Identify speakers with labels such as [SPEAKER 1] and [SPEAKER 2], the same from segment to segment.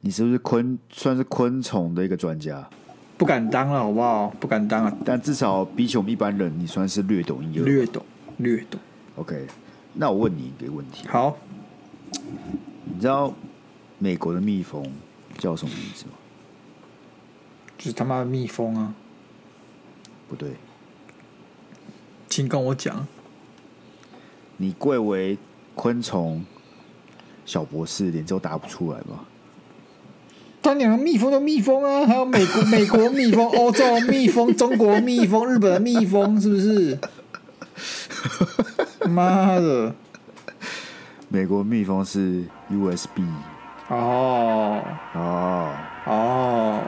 [SPEAKER 1] 你是不是昆算是昆虫的一个专家？
[SPEAKER 2] 不敢当了，好不好？不敢当啊，
[SPEAKER 1] 但至少比起我们一般人，你算是略懂一二。
[SPEAKER 2] 略懂，略懂。
[SPEAKER 1] OK，那我问你一个问题，
[SPEAKER 2] 好，
[SPEAKER 1] 你知道美国的蜜蜂叫什么名字吗？
[SPEAKER 2] 就是他妈的蜜蜂啊，
[SPEAKER 1] 不对，
[SPEAKER 2] 请跟我讲，
[SPEAKER 1] 你贵为昆虫小博士，连这都答不出来吗？
[SPEAKER 2] 他娘的蜜蜂就蜜蜂啊，还有美国美国蜜蜂、欧洲蜜蜂、中国蜜蜂、日本的蜜蜂，是不 是？妈的！
[SPEAKER 1] 美国蜜蜂是 USB
[SPEAKER 2] 哦
[SPEAKER 1] 哦，
[SPEAKER 2] 哦，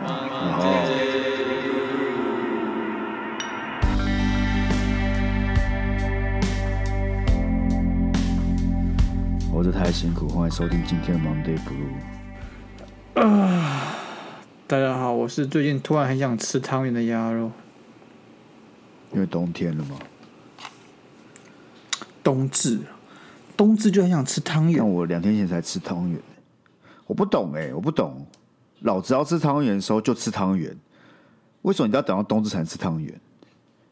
[SPEAKER 1] 我这太辛苦，欢迎收听今天的 Monday Blue。
[SPEAKER 2] 大家好，我是最近突然很想吃汤圆的鸭肉，
[SPEAKER 1] 因为冬天了嘛，
[SPEAKER 2] 冬至，冬至就很想吃汤圆
[SPEAKER 1] 但。我两天前才吃汤圆，我不懂哎、我不懂，老子要吃汤圆的时候就吃汤圆，为什么你都要等到冬至才吃汤圆？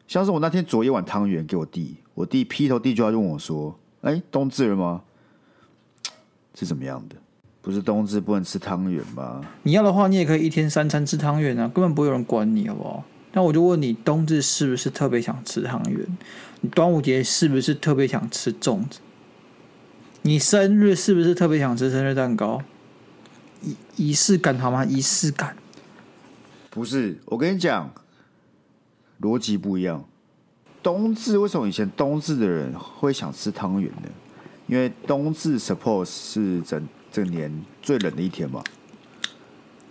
[SPEAKER 1] 像是我那天煮一碗汤圆给我弟，我弟劈头第一句话就问我说：“哎、冬至了吗？是怎么样的？不是冬至不能吃汤圆吗？
[SPEAKER 2] 你要的话，你也可以一天三餐吃汤圆啊，根本不会有人管你，好不好？那我就问你，冬至是不是特别想吃汤圆？你端午节是不是特别想吃粽子？你生日是不是特别想吃生日蛋糕？仪仪式感好吗？仪式感，
[SPEAKER 1] 不是，我跟你讲，逻辑不一样。冬至为什么以前冬至的人会想吃汤圆呢？因为冬至 suppose 是整整年最冷的一天嘛，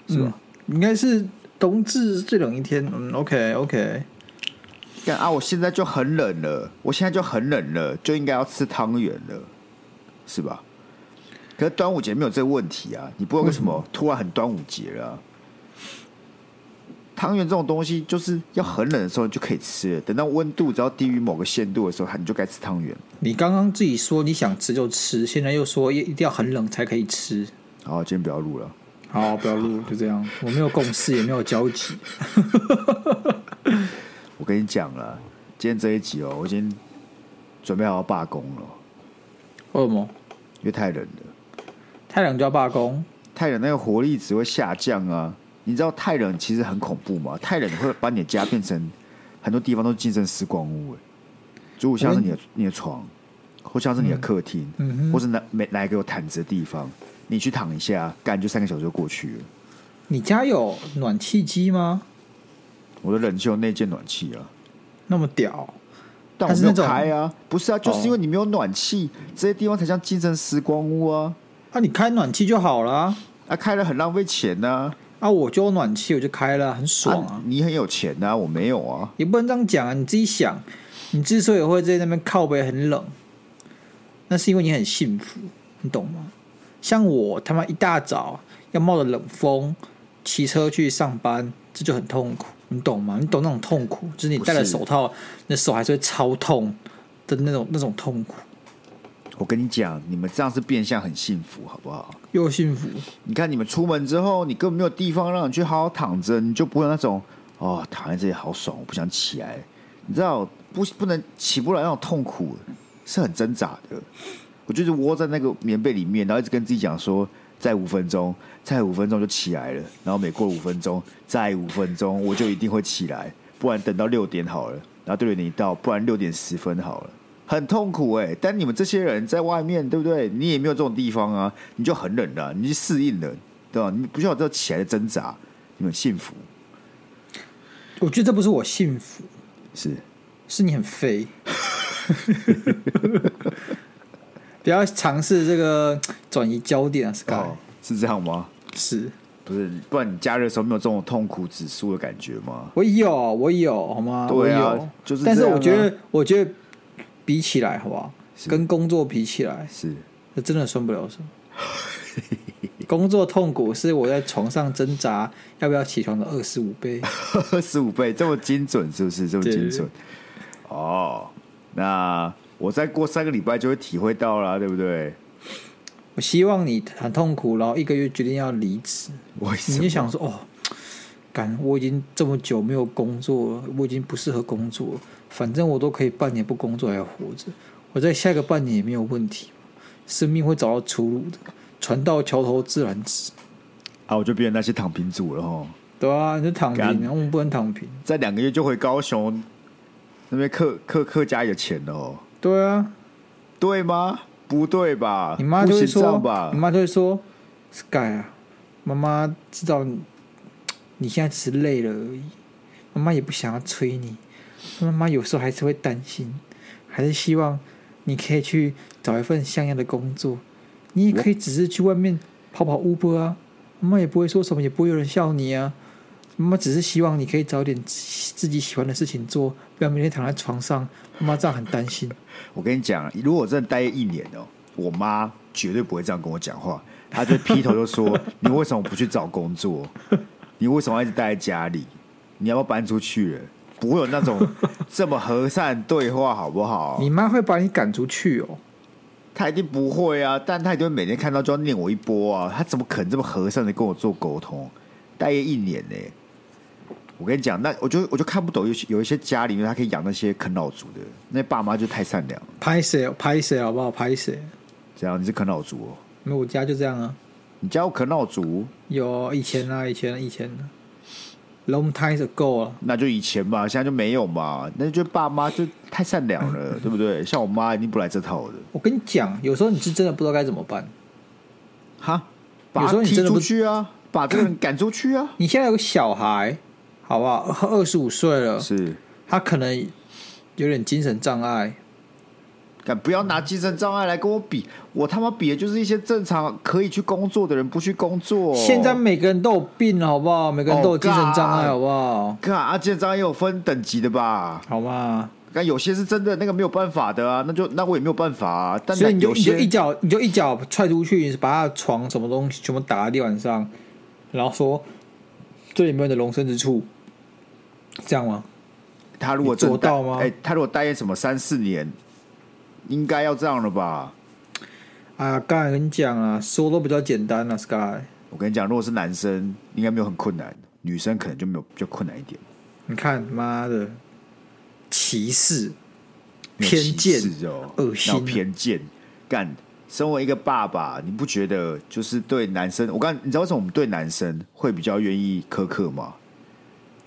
[SPEAKER 1] 是吧？
[SPEAKER 2] 应该是冬至最冷一天。嗯，OK OK，
[SPEAKER 1] 但、啊，我现在就很冷了，我现在就很冷了，就应该要吃汤圆了，是吧？可是端午节没有这个问题啊，你不知道为什么突然很端午节了啊、汤圆这种东西就是要很冷的时候你就可以吃了，等到温度只要低于某个限度的时候，你就该吃汤圆。
[SPEAKER 2] 你刚刚自己说你想吃就吃，现在又说一一定要很冷才可以吃。
[SPEAKER 1] 好，今天不要录了。
[SPEAKER 2] 好，不要录，就这样。我没有共识，也没有交 集。
[SPEAKER 1] 我跟你讲了，今天这一集哦，我已经准备好要罢工了，
[SPEAKER 2] 为什么？
[SPEAKER 1] 因为太冷了，
[SPEAKER 2] 太冷就要罢工？
[SPEAKER 1] 太冷那个活力值会下降啊。你知道太冷其实很恐怖吗？太冷会把你的家变成很多地方都是精神时光
[SPEAKER 2] 哎
[SPEAKER 1] 屋、欸，如果像是你的你的床，或像是你的客厅，
[SPEAKER 2] 嗯哼
[SPEAKER 1] 或是哪每哪一个有毯子的地方，你去躺一下，感觉三个小时就过去了。
[SPEAKER 2] 你家有暖气机吗？
[SPEAKER 1] 我的冷气有内建暖气啊。
[SPEAKER 2] 那么屌，
[SPEAKER 1] 但
[SPEAKER 2] 它
[SPEAKER 1] 我
[SPEAKER 2] 是
[SPEAKER 1] 没有
[SPEAKER 2] 那种
[SPEAKER 1] 开啊，不是啊，就是
[SPEAKER 2] 哦
[SPEAKER 1] 因为你没有暖气，这些地方才像精神时光屋啊，
[SPEAKER 2] 啊，你开暖气就好啦。
[SPEAKER 1] 啊，开了很浪费钱呐、
[SPEAKER 2] 啊，我就有暖气，我就开了，很
[SPEAKER 1] 啊，
[SPEAKER 2] 爽啊。
[SPEAKER 1] 你很有钱呐、我没有啊，
[SPEAKER 2] 也不能这样讲啊，你自己想，你之所以会在那边靠背很冷，那是因为你很幸福，你懂吗？像我他妈一大早要冒着冷风骑车去上班，这就很痛苦，你懂吗？你懂那种痛苦，就是你戴了
[SPEAKER 1] 不是
[SPEAKER 2] 手套，你的手还是会超痛的那种那种痛苦，
[SPEAKER 1] 我跟你讲，你们这样是变相很幸福，好不好？
[SPEAKER 2] 又幸福。
[SPEAKER 1] 你看你们出门之后，你根本没有地方让你去好好躺着，你就不会有那种哦，躺在这里好爽，我不想起来。你知道不不能起不来那种痛苦是很挣扎的。我就是窝在那个棉被里面，然后一直跟自己讲说，再五分钟，再五分钟就起来了。然后每过五分钟，再五分钟，我就一定会起来，不然等到六点好了，然后六点一到，不然六点十分好了。很痛苦哎、但你们这些人在外面，对不对？你也没有这种地方啊，你就很冷了、你就适应了，对吧？你不需要这起来的挣扎，你们幸福
[SPEAKER 2] 我觉得这不是我幸福，
[SPEAKER 1] 是
[SPEAKER 2] 是你很废。 不要尝试这个转移焦点啊，Sky、
[SPEAKER 1] 哦，是这样吗？
[SPEAKER 2] 是
[SPEAKER 1] 不是，不然你加热的时候没有这种痛苦指数的感觉吗？
[SPEAKER 2] 我有，我有，好吗？
[SPEAKER 1] 对啊
[SPEAKER 2] 我有，
[SPEAKER 1] 就是
[SPEAKER 2] 但是
[SPEAKER 1] 这样啊
[SPEAKER 2] 我觉得，我觉得比起来，好不好？跟工作比起来，
[SPEAKER 1] 是，
[SPEAKER 2] 这真的算不 了什么。工作痛苦是我在床上挣扎要不要起床的二十五倍。
[SPEAKER 1] 二十五倍这么精准，是不是这么
[SPEAKER 2] 对
[SPEAKER 1] 精准？哦，那我再过三个礼拜就会体会到啦，对不对？
[SPEAKER 2] 我希望你很痛苦，然后一个月决定要离职，
[SPEAKER 1] 为什
[SPEAKER 2] 你
[SPEAKER 1] 么
[SPEAKER 2] 就想说哦，干，我已经这么久没有工作了，我已经不适合工作了，反正我都可以半年不工作还活着，我在下个半年也没有问题，生命会找到出路的，船到桥头自然直，
[SPEAKER 1] 啊？我就变成那些躺平族了哈。
[SPEAKER 2] 对啊，你就躺平
[SPEAKER 1] 干，
[SPEAKER 2] 我们不能躺平，
[SPEAKER 1] 在两个月就回高雄那边客客客家里的钱了哦，
[SPEAKER 2] 对啊，
[SPEAKER 1] 对吗？不对吧？
[SPEAKER 2] 你妈
[SPEAKER 1] 不
[SPEAKER 2] 就会
[SPEAKER 1] 行这
[SPEAKER 2] 说
[SPEAKER 1] 样，吧
[SPEAKER 2] 你？妈就会说，Sky 啊，妈妈知道你你现在只是累了而已，妈妈也不想要催你，妈妈有时候还是会担心，还是希望你可以去找一份像样的工作，你也可以只是去外面跑跑 Uber 啊，妈妈也不会说什么，也不会有人笑你啊。妈妈只是希望你可以找点自自己喜欢的事情做，不要每天躺在床上。妈妈这样很担心。
[SPEAKER 1] 我跟你讲，如果我真的待一年哦，我妈绝对不会这样跟我讲话，她就劈头就说：“你为什么不去找工作？你为什么要一直待在家里？你要不要搬出去了？”不会有那种这么和善对话，好不好
[SPEAKER 2] 你？妈会把你赶出去哦。
[SPEAKER 1] 她一定不会啊，但她一定会每天看到就要念我一波啊，她怎么可能这么和善的跟我做沟通？待业一年呢、我跟你讲，那我就我就看不懂，有些有一些家里面他可以养那些啃老族的，那爸妈就太善良了。
[SPEAKER 2] 拍谁拍谁好不好？拍谁？
[SPEAKER 1] 这样你是啃老族哦？
[SPEAKER 2] 因为我家就这样啊，
[SPEAKER 1] 你家有啃老族？
[SPEAKER 2] 有以前啊，以前以前，long time ago 啊，
[SPEAKER 1] 那就以前嘛，现在就没有嘛。那就爸妈就太善良 了，对不对？像我妈一定不来这套的。
[SPEAKER 2] 我跟你讲，有时候你是真的不知道该怎么办。
[SPEAKER 1] 哈，把
[SPEAKER 2] 有时候
[SPEAKER 1] 他
[SPEAKER 2] 你
[SPEAKER 1] 踢
[SPEAKER 2] 真的不
[SPEAKER 1] 出去啊，把这个人赶出去啊。
[SPEAKER 2] 你现在有个小孩，好不好？二十五岁了，
[SPEAKER 1] 是，
[SPEAKER 2] 他可能有点精神障碍，
[SPEAKER 1] 敢不要拿精神障碍来跟我比，我他妈比的就是一些正常可以去工作的人不去工作。
[SPEAKER 2] 现在每个人都有病了，好不好？每个人都有精神障
[SPEAKER 1] Oh, God
[SPEAKER 2] 碍，好不好？
[SPEAKER 1] 看啊，健身也有分等级的吧？
[SPEAKER 2] 好吗？
[SPEAKER 1] 看有些是真的，那个没有办法的啊，那就那我也没有办法啊。但
[SPEAKER 2] 所以你就
[SPEAKER 1] 有
[SPEAKER 2] 你就
[SPEAKER 1] 些
[SPEAKER 2] 一脚你就一脚踹出去，把他的床什么东西全部打在地板上，然后说这里没有你的容身之处，这样吗？
[SPEAKER 1] 他如果
[SPEAKER 2] 你做
[SPEAKER 1] 真待
[SPEAKER 2] 到吗
[SPEAKER 1] 哎、他如果待业什么三四年，应该要这样了吧？
[SPEAKER 2] 啊，刚才跟你讲啊，说都比较简单了、Sky，
[SPEAKER 1] 我跟你讲，如果是男生，应该没有很困难，女生可能就没有比较困难一点，
[SPEAKER 2] 你看妈的歧视、
[SPEAKER 1] 没有
[SPEAKER 2] 偏
[SPEAKER 1] 歧
[SPEAKER 2] 见
[SPEAKER 1] 视哦，
[SPEAKER 2] 恶心啊
[SPEAKER 1] 然后偏见。干，身为一个爸爸，你不觉得就是对男生？我刚你知道为什么我们对男生会比较愿意苛刻吗？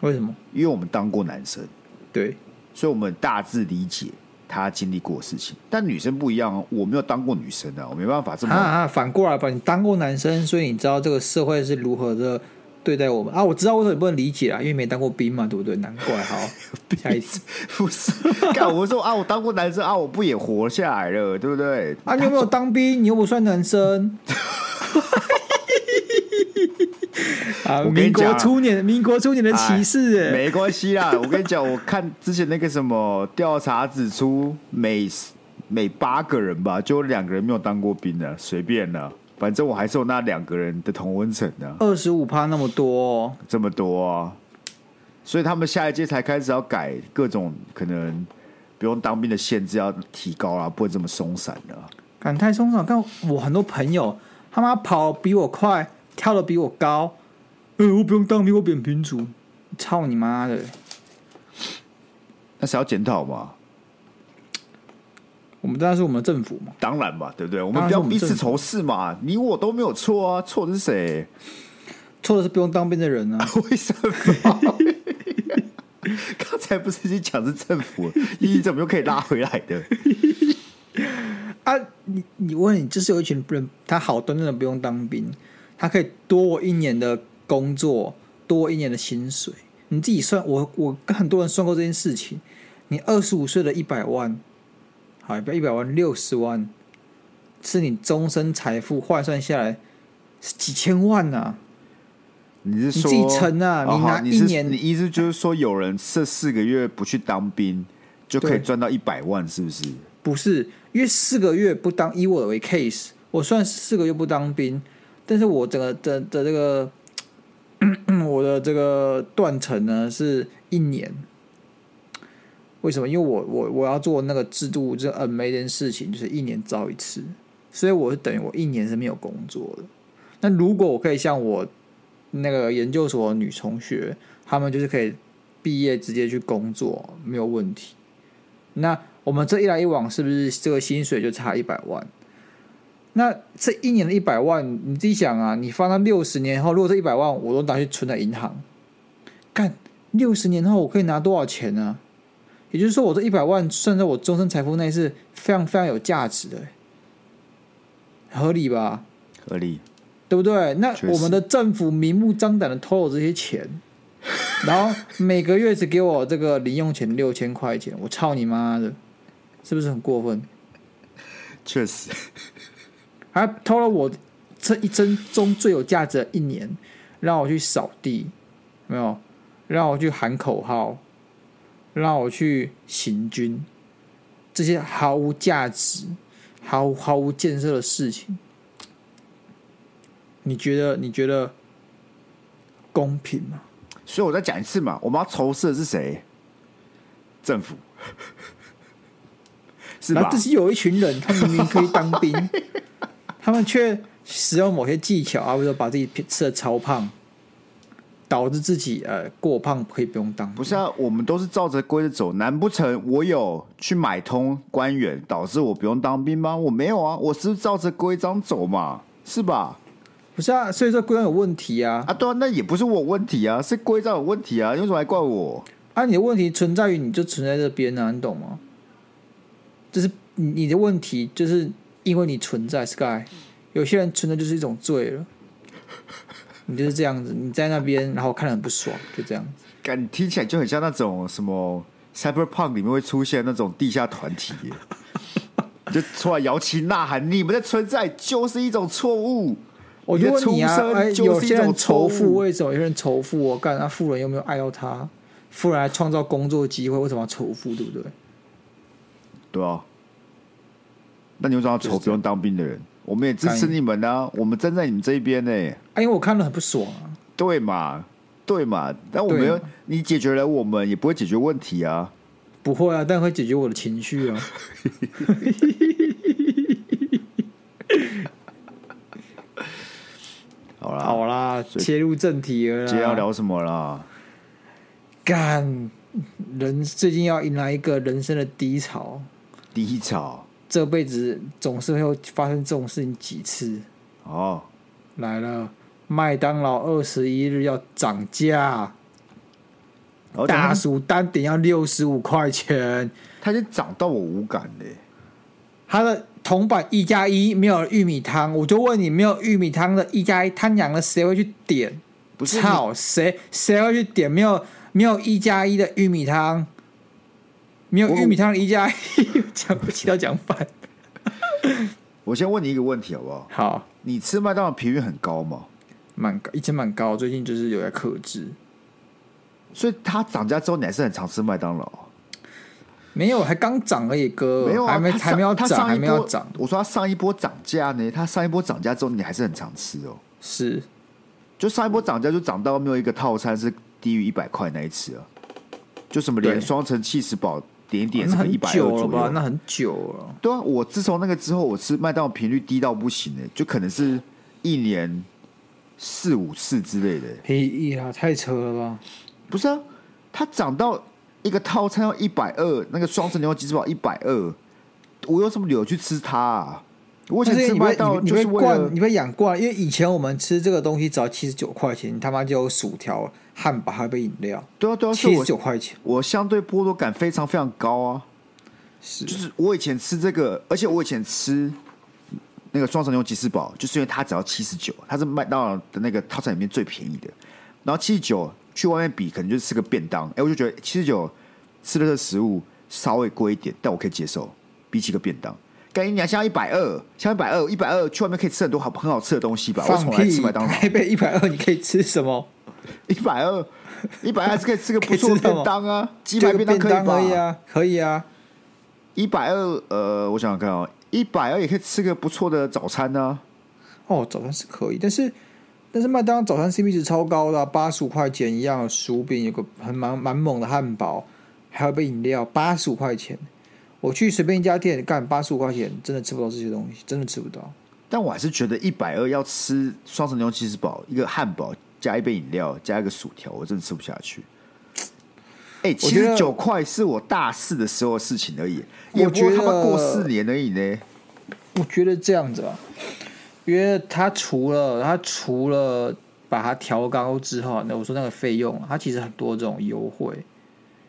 [SPEAKER 2] 为什么？
[SPEAKER 1] 因为我们当过男生，
[SPEAKER 2] 对，
[SPEAKER 1] 所以我们大致理解他经历过的事情。但女生不一样哦，我没有当过女生啊，我没办法这么。
[SPEAKER 2] 啊啊，反过来吧，你当过男生，所以你知道这个社会是如何的对待我们啊。我知道为什么你不能理解啊，因为没当过兵嘛，对不对？难怪， 好，下一次。
[SPEAKER 1] 不是，干我说啊，我当过男生啊，我不也活下来了，对不对？
[SPEAKER 2] 啊，你有没有当兵？你又不算男 生。啊，
[SPEAKER 1] 我跟你
[SPEAKER 2] 民国
[SPEAKER 1] 讲啊
[SPEAKER 2] 初年，民国初年的歧视哎、
[SPEAKER 1] 没关系啦，我跟你讲，我看之前那个什么调查指出，每每八个人吧，就有两个人没有当过兵的，随便啦，反正我还是有那两个人的同温层呢，
[SPEAKER 2] 二十五趴那么多、哦，
[SPEAKER 1] 这么多啊，所以他们下一届才开始要改各种可能不用当兵的限制要提高啦，不能这么松散了。
[SPEAKER 2] 感太松散。看我很多朋友，他妈跑比我快，跳的比我高，呃、我不用当兵，我扁平足，操你妈的！
[SPEAKER 1] 那是要检讨嘛？
[SPEAKER 2] 我们当然是我们的政府嘛，
[SPEAKER 1] 当然嘛，对不对？我们不
[SPEAKER 2] 当然是
[SPEAKER 1] 要
[SPEAKER 2] 我们
[SPEAKER 1] 彼此
[SPEAKER 2] 政府
[SPEAKER 1] 仇视嘛，你我都没有错啊，错的是谁？
[SPEAKER 2] 错的是不用当兵的人啊。
[SPEAKER 1] 为什么？刚才不是已经讲是政府了，你怎么又可以拉回来的？
[SPEAKER 2] 啊，你你问你，就是有一群人，他好端端的不用当兵，他可以多我一年的工作，多我一年的薪水。你自己算，我我跟很多人算过这件事情，你二十五岁的一百万，好，不要一百万，六十万，是你终身财富换算下来是几千万啊呐、
[SPEAKER 1] 你是说
[SPEAKER 2] 你自己乘啊
[SPEAKER 1] 哦
[SPEAKER 2] 你
[SPEAKER 1] 好
[SPEAKER 2] 拿
[SPEAKER 1] 你
[SPEAKER 2] 一
[SPEAKER 1] 是
[SPEAKER 2] 年
[SPEAKER 1] 你意思就是说有人这四个月不去当兵就可以
[SPEAKER 2] 对
[SPEAKER 1] 赚到一百万，是不是？
[SPEAKER 2] 不是，因为四个月不当，以我为 case，我虽然四个月不当兵，但是我整个的的这个， 我的这个断层呢是一年。为什么？因为我我我要做那个制度，这 a 每件事情就是一年招一次，所以我是等于我一年是没有工作的。那如果我可以像我那个研究所的女同学，她们就是可以毕业直接去工作，没有问题。那我们这一来一往，是不是这个薪水就差一百万？那这一年的一百万，你自己想啊，你放到六十年后，如果这一百万我都拿去存在银行，干六十年后我可以拿多少钱呢、也就是说，我这一百万算在我终身财富内是非常非常有价值的、合理吧？
[SPEAKER 1] 合理。
[SPEAKER 2] 对不对？那
[SPEAKER 1] 确实
[SPEAKER 2] 我们的政府明目张胆的偷我这 些钱，然后每个月只给我这个零用钱六千块钱，我操你妈的，是不是很过分？
[SPEAKER 1] 确实，
[SPEAKER 2] 还偷了我这一生中最有价值的一年，让我去扫地，有没有，让我去喊口号，让我去行军，这些毫无价值、毫无毫无建设的事情，你觉得你觉得公平吗？
[SPEAKER 1] 所以我再讲一次嘛，我们要仇视的是谁？政 府，是
[SPEAKER 2] 然
[SPEAKER 1] 吧
[SPEAKER 2] 后这？是有一群人，他们明明可以当兵，他们却使用某些技巧啊，比如说把自己吃的超胖，导致自己呃过胖，可以不用当兵。
[SPEAKER 1] 不是啊，我们都是照着规则走，难不成我有去买通官员，导致我不用当兵吗？我没有啊，我是照着规章走嘛，是吧？
[SPEAKER 2] 不是啊，所以说规章有问题啊。
[SPEAKER 1] 啊，对啊，那也不是我有问题啊，是规章有问题啊，你为什么还怪我？
[SPEAKER 2] 啊，你的问题存在于你就存在这边啊，你懂吗？就是你你的问题，就是因为你存在，Sky，有些人存在就是一种罪了。你就是这样子，你在那边，然后我看得很不爽，就这样子。
[SPEAKER 1] 感你听起来就很像那种什么 cyberpunk 里面会出现那种地下团体 耶，就出来摇旗呐喊，你们的存在就是一种错误。
[SPEAKER 2] 我就问你
[SPEAKER 1] 你的
[SPEAKER 2] 啊，
[SPEAKER 1] 出生
[SPEAKER 2] 哎，
[SPEAKER 1] 就是
[SPEAKER 2] 有些
[SPEAKER 1] 一
[SPEAKER 2] 人
[SPEAKER 1] 种错误
[SPEAKER 2] 仇富，为什么有些人仇富？我干，那、富人又没有爱到他，富人还创造工作机会，为什么要仇富？对不对？
[SPEAKER 1] 对啊，那你为什么要
[SPEAKER 2] 就
[SPEAKER 1] 愁
[SPEAKER 2] 是这
[SPEAKER 1] 不用当兵的人？我们也支持你们啊，我们站在你们这一边呢、
[SPEAKER 2] 啊，因为我看了很不爽啊。
[SPEAKER 1] 对嘛，对嘛。但我
[SPEAKER 2] 对
[SPEAKER 1] 没有
[SPEAKER 2] 嘛
[SPEAKER 1] 你解决了，我们也不会解决问题啊。
[SPEAKER 2] 不会啊，但会解决我的情绪啊。
[SPEAKER 1] 好啦，
[SPEAKER 2] 好啊啦，切入正题了啦。
[SPEAKER 1] 今天要聊什么啦？
[SPEAKER 2] 干人最近要迎来一个人生的低潮，
[SPEAKER 1] 低潮
[SPEAKER 2] 这辈子总是会有发生这种事情几次。
[SPEAKER 1] 哦，
[SPEAKER 2] 来了，麦当劳二十一日要涨价，
[SPEAKER 1] 然后
[SPEAKER 2] 大
[SPEAKER 1] 它
[SPEAKER 2] 薯单点要六十五块钱。
[SPEAKER 1] 它就涨到我无感嘞、
[SPEAKER 2] 它的铜板一加一没有玉米汤，我就问你，没有玉米汤的一加一摊娘的谁会去点？
[SPEAKER 1] 不是你
[SPEAKER 2] 操，谁谁会去点没有没有一加一的玉米汤？没有
[SPEAKER 1] 我
[SPEAKER 2] 玉米汤的一加一，讲不起到讲反。
[SPEAKER 1] 我先问你一个问题好不 好？
[SPEAKER 2] 好，
[SPEAKER 1] 你吃麦当劳频率很高吗？
[SPEAKER 2] 蛮高，以前蛮高，最近就是有在克制。
[SPEAKER 1] 所以它涨价之后，你还是很常吃麦当劳。
[SPEAKER 2] 没有，还刚涨而已，哥，
[SPEAKER 1] 没有啊，
[SPEAKER 2] 呃还没
[SPEAKER 1] 它上
[SPEAKER 2] 还没有
[SPEAKER 1] 它
[SPEAKER 2] 涨，
[SPEAKER 1] 上
[SPEAKER 2] 还
[SPEAKER 1] 一
[SPEAKER 2] 没有
[SPEAKER 1] 波
[SPEAKER 2] 涨，
[SPEAKER 1] 我说它上一波涨价呢，它上一波涨价之后，你还是很常吃哦。
[SPEAKER 2] 是
[SPEAKER 1] 就上一波涨价就涨到没有一个套餐是低于一百块那一次啊，就什么连
[SPEAKER 2] 对
[SPEAKER 1] 双层气死堡点一点
[SPEAKER 2] 那
[SPEAKER 1] 是一
[SPEAKER 2] 很
[SPEAKER 1] 百二
[SPEAKER 2] 久了
[SPEAKER 1] 左
[SPEAKER 2] 吧？
[SPEAKER 1] 右。
[SPEAKER 2] 那很久了，
[SPEAKER 1] 对啊，我自从那个之后，我吃麦当劳频率低到不行的、欸就可能是一年四五次之类的欸、
[SPEAKER 2] 便宜啊，太扯了吧？
[SPEAKER 1] 不是啊，它涨到一个套餐要一百二，那个双层牛肉鸡翅堡一百二，我有什么理由去吃它、啊？我以
[SPEAKER 2] 但
[SPEAKER 1] 前
[SPEAKER 2] 是
[SPEAKER 1] 吃
[SPEAKER 2] 你
[SPEAKER 1] 麦
[SPEAKER 2] 被
[SPEAKER 1] 当劳
[SPEAKER 2] 你
[SPEAKER 1] 就
[SPEAKER 2] 被
[SPEAKER 1] 是为了
[SPEAKER 2] 惯，你被养惯了，因为以前我们吃这个东西只要七十九块钱，你他妈就有薯条、汉堡，还有杯饮料，
[SPEAKER 1] 对啊对啊，所以
[SPEAKER 2] 七
[SPEAKER 1] 我
[SPEAKER 2] 十九块钱
[SPEAKER 1] 我相对剥夺感非常非常高啊。
[SPEAKER 2] 是
[SPEAKER 1] 就是我以前吃这个，而且我以前吃那个双层牛吉士堡，就是因为它只要七十九，啊它是麦当劳的那个套餐里面最便宜的。然后七十九去外面比，可能就是吃个便当。哎、我就觉得七十九吃的这食物稍微贵一点，但我可以接受，比起个便当。干你娘！像一百二，像一百二，一百二去外面可以吃很多好很好吃的东西吧？为什
[SPEAKER 2] 放
[SPEAKER 1] 么来
[SPEAKER 2] 屁
[SPEAKER 1] 吃麦！当劳？
[SPEAKER 2] 台北一百二，你可以吃什么？
[SPEAKER 1] 一百二，一百二还是可以吃个不错
[SPEAKER 2] 可
[SPEAKER 1] 的
[SPEAKER 2] 以吃什么
[SPEAKER 1] 便当啊，鸡
[SPEAKER 2] 就
[SPEAKER 1] 排
[SPEAKER 2] 一个
[SPEAKER 1] 便当可以吧？
[SPEAKER 2] 而已啊，可以啊。
[SPEAKER 1] 一百二，呃，我想想看哦，一百二也可以吃个不错的早餐呢、
[SPEAKER 2] 哦，早餐是可以，但是但是麦当劳早餐 CP 值超高的、啊，八十五块钱一样的薯饼，有个很蛮蛮猛的汉堡，还有一杯饮料，八十五块钱。我去随便一家店干八十五块钱，真的吃不到这些东西，真的吃不到。
[SPEAKER 1] 但我还是觉得一百二要吃双层牛鸡翅堡，一个汉堡加一杯饮料加一个薯条，我真的吃不下去。哎、
[SPEAKER 2] 我
[SPEAKER 1] 七
[SPEAKER 2] 觉得
[SPEAKER 1] 十九块是我大四的时候的事情而已，
[SPEAKER 2] 我
[SPEAKER 1] 也不过
[SPEAKER 2] 觉
[SPEAKER 1] 他妈
[SPEAKER 2] 得
[SPEAKER 1] 过四年而已呢。
[SPEAKER 2] 我觉得这样子吧，因为他除了他除了把它调高之后，那我说那个费用，它其实很多这种优惠，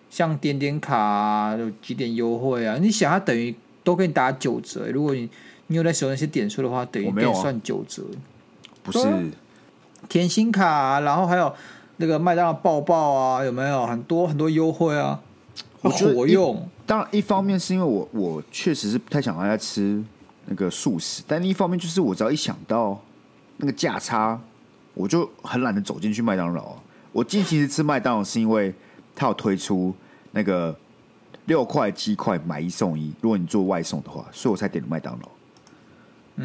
[SPEAKER 2] 像点点卡啊，有几点优惠啊，你想它等于都给你打九折、如果你你有在使用那些点数的话，等于
[SPEAKER 1] 我没
[SPEAKER 2] 给
[SPEAKER 1] 有
[SPEAKER 2] 你
[SPEAKER 1] 啊
[SPEAKER 2] 算九折。
[SPEAKER 1] 不是，
[SPEAKER 2] 对啊甜心卡、啊，然后还有那个麦当劳抱抱啊，有没有很多很多优惠啊？
[SPEAKER 1] 我觉得
[SPEAKER 2] 火
[SPEAKER 1] 一
[SPEAKER 2] 用，
[SPEAKER 1] 当然一方面是因为我我确实是不太想让他吃那个素食，但另一方面就是我只要一想到那个价差，我就很懒得走进去麦当劳啊。我近期是吃麦当劳是因为它有推出那个六块鸡块买一送一，如果你做外送的话，所以我才点了麦当劳。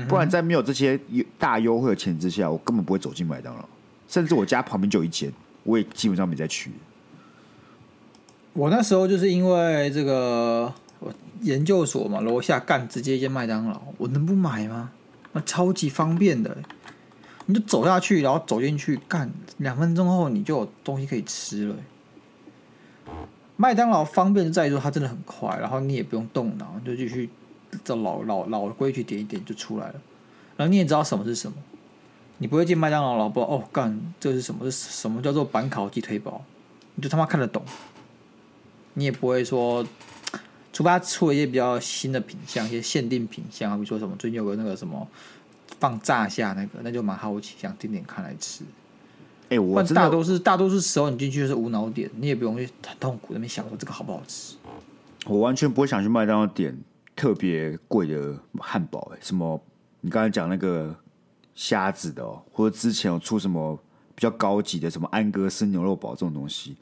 [SPEAKER 1] 不然在没有这些优大优惠的前提之下，我根本不会走进麦当劳，甚至我家旁边就有一间，我也基本上没再去。
[SPEAKER 2] 我那时候就是因为这个，我研究所嘛，楼下干直接一间麦当劳，我能不买吗？那超级方便的，你就走下去，然后走进去干，两分钟后你就有东西可以吃了。麦当劳方便在于说它真的很快，然后你也不用动脑，你就继续照老老老规矩点一点就出来了。然后你也知道什么是什么，你不会进麦当劳，老不知道哦干这是什么？这是什么叫做板烤鸡腿堡？你就他妈看得懂。你也不会说，除非他出了一些比较新的品相，一些限定品相，比如说什么最近有个那个什么放炸虾那个，那就蛮好奇，想点点看来吃。
[SPEAKER 1] 哎、我
[SPEAKER 2] 但
[SPEAKER 1] 真
[SPEAKER 2] 大
[SPEAKER 1] 的
[SPEAKER 2] 多数大多数时候你进去就是无脑点，你也不用去很痛苦地那边想说这个好不好吃。
[SPEAKER 1] 我完全不会想去麦当劳点特别贵的汉堡、欸，什么你刚才讲那个虾子的哦、或者之前有出什么比较高级的什么安格斯牛肉堡这种东西，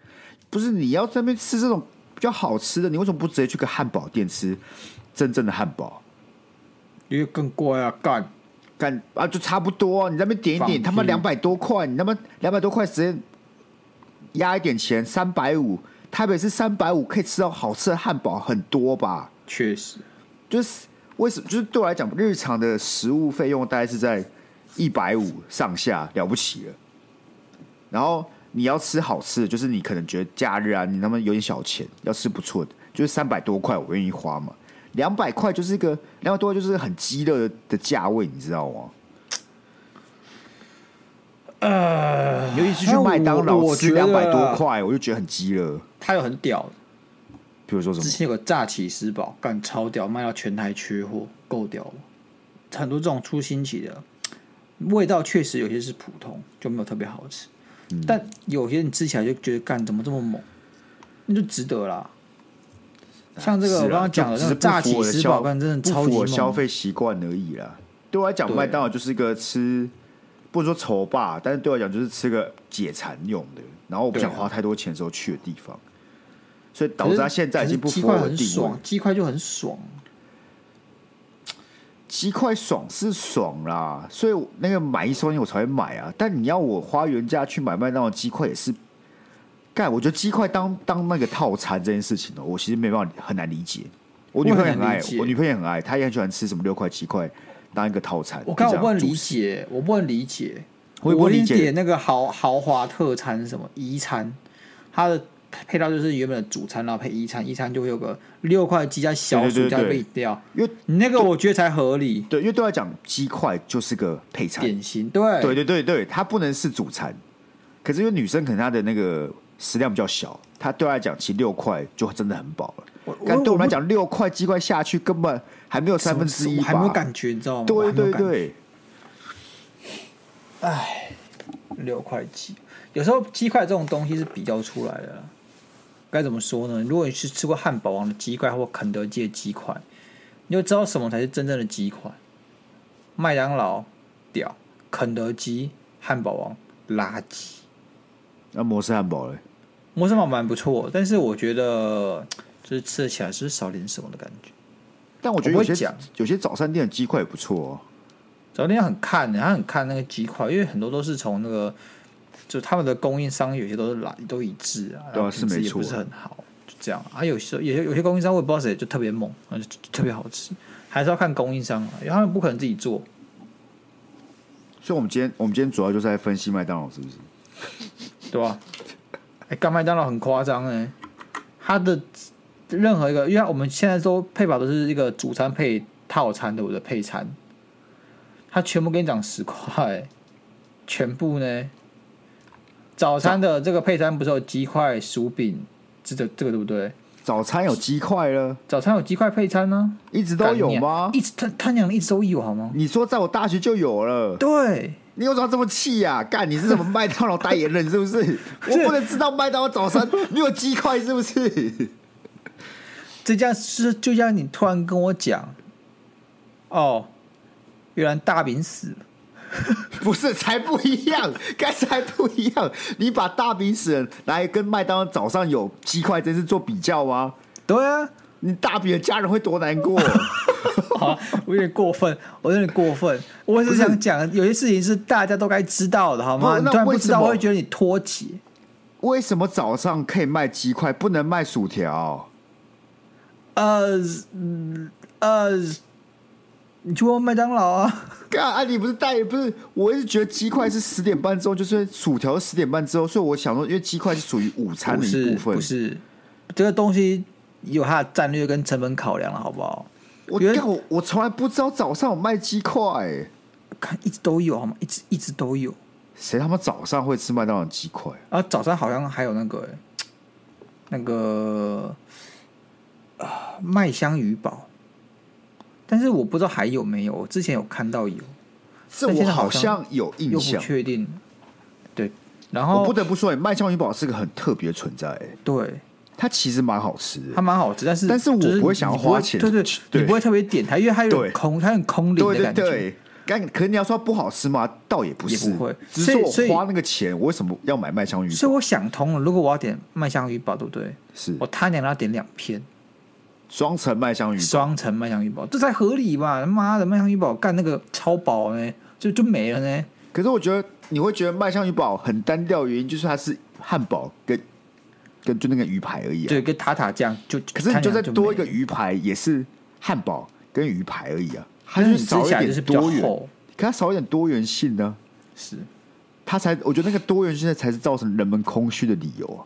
[SPEAKER 1] 不是你要在那边吃这种比较好吃的，你为什么不直接去个汉堡店吃真正的汉堡？
[SPEAKER 2] 因为更贵啊，干
[SPEAKER 1] 干啊，就差不多、啊，你在那边点一
[SPEAKER 2] 放屁
[SPEAKER 1] 点，他妈两百多块，你他妈两百多块直接压一点钱，三百五，台北是三百五，可以吃到好吃的汉堡很多吧？
[SPEAKER 2] 确实，
[SPEAKER 1] 就是为什么？就是对我来讲，日常的食物费用大概是在一百五上下，了不起了。然后你要吃好吃的，就是你可能觉得假日啊，你他妈有点小钱，要吃不错的，就是三百多块，我愿意花嘛。两百块就是一个两百多块就是很鸡肋的价位，你知道吗？
[SPEAKER 2] 呃，
[SPEAKER 1] 尤其是去麦当
[SPEAKER 2] 我
[SPEAKER 1] 劳
[SPEAKER 2] 我
[SPEAKER 1] 吃
[SPEAKER 2] 觉得
[SPEAKER 1] 两
[SPEAKER 2] 啊
[SPEAKER 1] 百多，块，我就觉得很鸡肋。
[SPEAKER 2] 它有很屌的。
[SPEAKER 1] 比如说什
[SPEAKER 2] 之
[SPEAKER 1] 么？
[SPEAKER 2] 前有个炸起司堡，干超屌，卖到全台缺货，够屌了。很多这种出新奇的，味道确实有些是普通，就没有特别好吃。
[SPEAKER 1] 嗯
[SPEAKER 2] 但有些你吃起来就觉得干怎么这么猛，那就值得啦。像这个
[SPEAKER 1] 啊是啊
[SPEAKER 2] 我刚刚讲的
[SPEAKER 1] 就只
[SPEAKER 2] 那
[SPEAKER 1] 是
[SPEAKER 2] 个炸
[SPEAKER 1] 不符
[SPEAKER 2] 起
[SPEAKER 1] 合
[SPEAKER 2] 司
[SPEAKER 1] 消
[SPEAKER 2] 堡，干真的超
[SPEAKER 1] 不
[SPEAKER 2] 级
[SPEAKER 1] 符合
[SPEAKER 2] 猛。
[SPEAKER 1] 消费习惯而已啦。对我来讲，
[SPEAKER 2] 对
[SPEAKER 1] 麦当劳就是一个吃，不能说愁吧，但是对我来讲就是吃个解馋用的，然后我不想
[SPEAKER 2] 对啊
[SPEAKER 1] 花太多钱的时候去的地方，所以导
[SPEAKER 2] 可
[SPEAKER 1] 致
[SPEAKER 2] 是
[SPEAKER 1] 它现在已经不
[SPEAKER 2] 可是鸡
[SPEAKER 1] 符合
[SPEAKER 2] 块
[SPEAKER 1] 我的
[SPEAKER 2] 很
[SPEAKER 1] 定位
[SPEAKER 2] 爽。，鸡块就很爽。
[SPEAKER 1] 鸡块爽是爽啦，所以我那个买一送一我才会买啊。但你要我花原价去买麦当劳鸡块也是，干，我觉得鸡块当当那个套餐这件事情哦、我其实没办法很难理解。我女朋友也很
[SPEAKER 2] 我很
[SPEAKER 1] 爱
[SPEAKER 2] 难理，解
[SPEAKER 1] 我女朋友也很爱，她也很喜欢吃什么六块鸡块当一个套餐。
[SPEAKER 2] 我刚
[SPEAKER 1] 就
[SPEAKER 2] 我
[SPEAKER 1] 这样
[SPEAKER 2] 不能理
[SPEAKER 1] 主食，
[SPEAKER 2] 解，我不能理解，
[SPEAKER 1] 我也不能理
[SPEAKER 2] 一定
[SPEAKER 1] 解
[SPEAKER 2] 点那个豪豪华特餐是什么一餐，它的配料就是原本的主餐，然后配一餐，一餐就会有个六块鸡加小
[SPEAKER 1] 对
[SPEAKER 2] 薯
[SPEAKER 1] 对对
[SPEAKER 2] 加一杯
[SPEAKER 1] 对
[SPEAKER 2] 饮料，
[SPEAKER 1] 因为
[SPEAKER 2] 你那个我觉得才合理，
[SPEAKER 1] 对，因为对她来讲，鸡块就是个配餐。
[SPEAKER 2] 典型对
[SPEAKER 1] 对对对对，它不能是主餐。可是因为女生可能她的那个食量比较小，她对她来讲，其实六块就真的很饱了
[SPEAKER 2] 我。
[SPEAKER 1] 但
[SPEAKER 2] 我
[SPEAKER 1] 对我们来
[SPEAKER 2] 我
[SPEAKER 1] 讲，六块鸡块下去根本还没有三分之一
[SPEAKER 2] 我
[SPEAKER 1] 吧？
[SPEAKER 2] 还没有感觉，你知道吗？我
[SPEAKER 1] 对
[SPEAKER 2] 还没有
[SPEAKER 1] 对
[SPEAKER 2] 感觉，
[SPEAKER 1] 对，
[SPEAKER 2] 六块鸡，有时候鸡块这种东西是比较出来的啦。该怎么说呢？如果你是吃过汉堡王的鸡块或肯德基的鸡块，你就知道什么才是真正的鸡块。麦当劳屌，肯德基、汉堡王垃圾。
[SPEAKER 1] 那摩斯汉堡嘞？
[SPEAKER 2] 摩斯堡蛮不错，但是我觉得就是吃起来是少点什么的感觉。
[SPEAKER 1] 但我觉得有
[SPEAKER 2] 我不会
[SPEAKER 1] 些
[SPEAKER 2] 讲
[SPEAKER 1] 有些早餐店的鸡块也不错哦。
[SPEAKER 2] 早餐店很看的、他很看那个鸡块，因为很多都是从那个，就他们的供应商有些都是来都一致啊，
[SPEAKER 1] 对啊
[SPEAKER 2] 然后品质
[SPEAKER 1] 是没
[SPEAKER 2] 也
[SPEAKER 1] 错
[SPEAKER 2] 不是很好。就这样啊。有时候有些有些供应商我也不知道谁就特别猛，啊就就就特别好吃，还是要看供应商啊，因为他们不可能自己做。
[SPEAKER 1] 所以我们今天我们今天主要就是在分析麦当劳，是不是？
[SPEAKER 2] 对吧、哎、干麦当劳很夸张哎，它的任何一个，因为它我们现在说配法都是一个主餐配套餐的，我的配餐，它全部给你涨十块欸，全部呢。早餐的这个配餐不是有鸡块、薯饼，这个这个对不对？
[SPEAKER 1] 早餐有鸡块了，
[SPEAKER 2] 早餐有鸡块配餐呢、
[SPEAKER 1] 一直都有吗
[SPEAKER 2] 干娘？一直他他娘的一直都有好吗？
[SPEAKER 1] 你说在我大学就有了，
[SPEAKER 2] 对，
[SPEAKER 1] 你为什么要这么气呀、干，你是什么麦当劳代言人是不 是？我不能知道麦当劳早餐没有鸡块是不是？
[SPEAKER 2] 这家是就像你突然跟我讲，哦，原来大饼死了。
[SPEAKER 1] 不是，才不一 样，该才不一样。你把大饼死人来跟麦当劳早上有鸡块这是做比较吗？
[SPEAKER 2] 对啊，
[SPEAKER 1] 你大饼的家人会多难 过？
[SPEAKER 2] 好啊，我有点过分，我有点过 分。我只是想讲，有些事情是大家都该知道的，好
[SPEAKER 1] 不
[SPEAKER 2] 吗？
[SPEAKER 1] 是
[SPEAKER 2] 你
[SPEAKER 1] 那
[SPEAKER 2] 突然不
[SPEAKER 1] 为
[SPEAKER 2] 知
[SPEAKER 1] 什
[SPEAKER 2] 道，
[SPEAKER 1] 么
[SPEAKER 2] 我会觉得你脱节。
[SPEAKER 1] 为什么早上可以卖鸡块，不能卖薯条？
[SPEAKER 2] 呃嗯呃，你去问麦当劳啊？
[SPEAKER 1] 干啊！你不是代言不是？我一直觉得鸡块是十点半之后，就是薯条十点半之后，所以我想说，因为鸡块是属于午餐
[SPEAKER 2] 不
[SPEAKER 1] 的
[SPEAKER 2] 是
[SPEAKER 1] 一部分。
[SPEAKER 2] 不是，这个东西有它的战略跟成本考量了，好不好？
[SPEAKER 1] 我
[SPEAKER 2] 原
[SPEAKER 1] 干我我从来不知道早上有卖鸡块、欸，
[SPEAKER 2] 看一直都有好吗？一直一直都有。
[SPEAKER 1] 谁他妈早上会吃麦当劳鸡块？
[SPEAKER 2] 啊，早上好像还有那个、欸、那个啊麦香鱼堡，但是我不知道还有没有。我之前有看到有，
[SPEAKER 1] 这
[SPEAKER 2] 但现
[SPEAKER 1] 我
[SPEAKER 2] 在好
[SPEAKER 1] 好像有印
[SPEAKER 2] 又不
[SPEAKER 1] 象。
[SPEAKER 2] 确定。对，然
[SPEAKER 1] 我
[SPEAKER 2] 后
[SPEAKER 1] 不得不说、欸，麦香鱼堡是个很特别的存在、欸，
[SPEAKER 2] 对
[SPEAKER 1] 它其实蛮好吃的
[SPEAKER 2] 它。蛮好吃，但是
[SPEAKER 1] 但是我
[SPEAKER 2] 就是
[SPEAKER 1] 不会想要
[SPEAKER 2] 你不
[SPEAKER 1] 花钱
[SPEAKER 2] 对对，
[SPEAKER 1] 对
[SPEAKER 2] 你不会特别点它，因为它有
[SPEAKER 1] 对
[SPEAKER 2] 点空，它有点空灵
[SPEAKER 1] 对对
[SPEAKER 2] 的感觉。
[SPEAKER 1] 对，但可是你要说它不好吃嘛，倒也不是，
[SPEAKER 2] 也不会
[SPEAKER 1] 只是说
[SPEAKER 2] 所以所以
[SPEAKER 1] 我花那个钱，我为什么要买麦香鱼
[SPEAKER 2] 所以
[SPEAKER 1] 堡？
[SPEAKER 2] 我想通了，如果我要点麦香鱼堡，对不对？
[SPEAKER 1] 是
[SPEAKER 2] 我他娘的要点两片
[SPEAKER 1] 双层麦香鱼堡。
[SPEAKER 2] 双层麦香鱼堡，这才合理吧？他妈的麦香鱼堡干那个超薄呢，就就没了呢。
[SPEAKER 1] 可是我觉得你会觉得麦香鱼堡很单调，原因就是它是汉堡跟跟就那个鱼排而已、啊。
[SPEAKER 2] 对，跟塔塔酱就，
[SPEAKER 1] 可是你就
[SPEAKER 2] 就
[SPEAKER 1] 再多一
[SPEAKER 2] 没
[SPEAKER 1] 个
[SPEAKER 2] 了，
[SPEAKER 1] 鱼排，也是汉堡跟鱼排而已啊，它
[SPEAKER 2] 但
[SPEAKER 1] 就
[SPEAKER 2] 是
[SPEAKER 1] 是
[SPEAKER 2] 你吃
[SPEAKER 1] 少
[SPEAKER 2] 起来就
[SPEAKER 1] 一
[SPEAKER 2] 是
[SPEAKER 1] 点
[SPEAKER 2] 比较
[SPEAKER 1] 多元，
[SPEAKER 2] 厚，
[SPEAKER 1] 可它少一点多元性呢、
[SPEAKER 2] 是。
[SPEAKER 1] 它才我觉得那个多元性才是造成人们空虚的理由啊。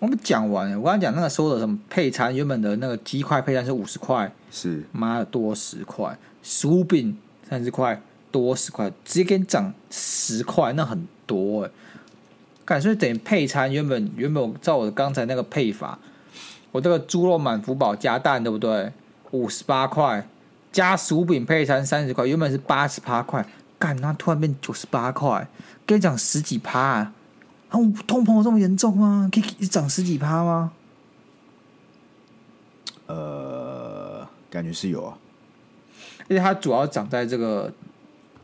[SPEAKER 2] 我们讲完了，我刚才讲那个说的什么配餐，原本的那个鸡块配餐是五十块，
[SPEAKER 1] 是
[SPEAKER 2] 妈的多十块，薯饼三十块多十块，直接给你涨十块，那很多哎、感觉等于配餐原本原本我照我刚才那个配法，我这个猪肉满福堡加蛋对不对？五十八块加薯饼配餐三十块，原本是八十八块，干那突然变九十八块，跟你涨十几趴、啊，啊，我通膨有这么严重吗？可以一直涨十几趴吗？
[SPEAKER 1] 呃，感觉是有啊。
[SPEAKER 2] 而且它主要涨在这个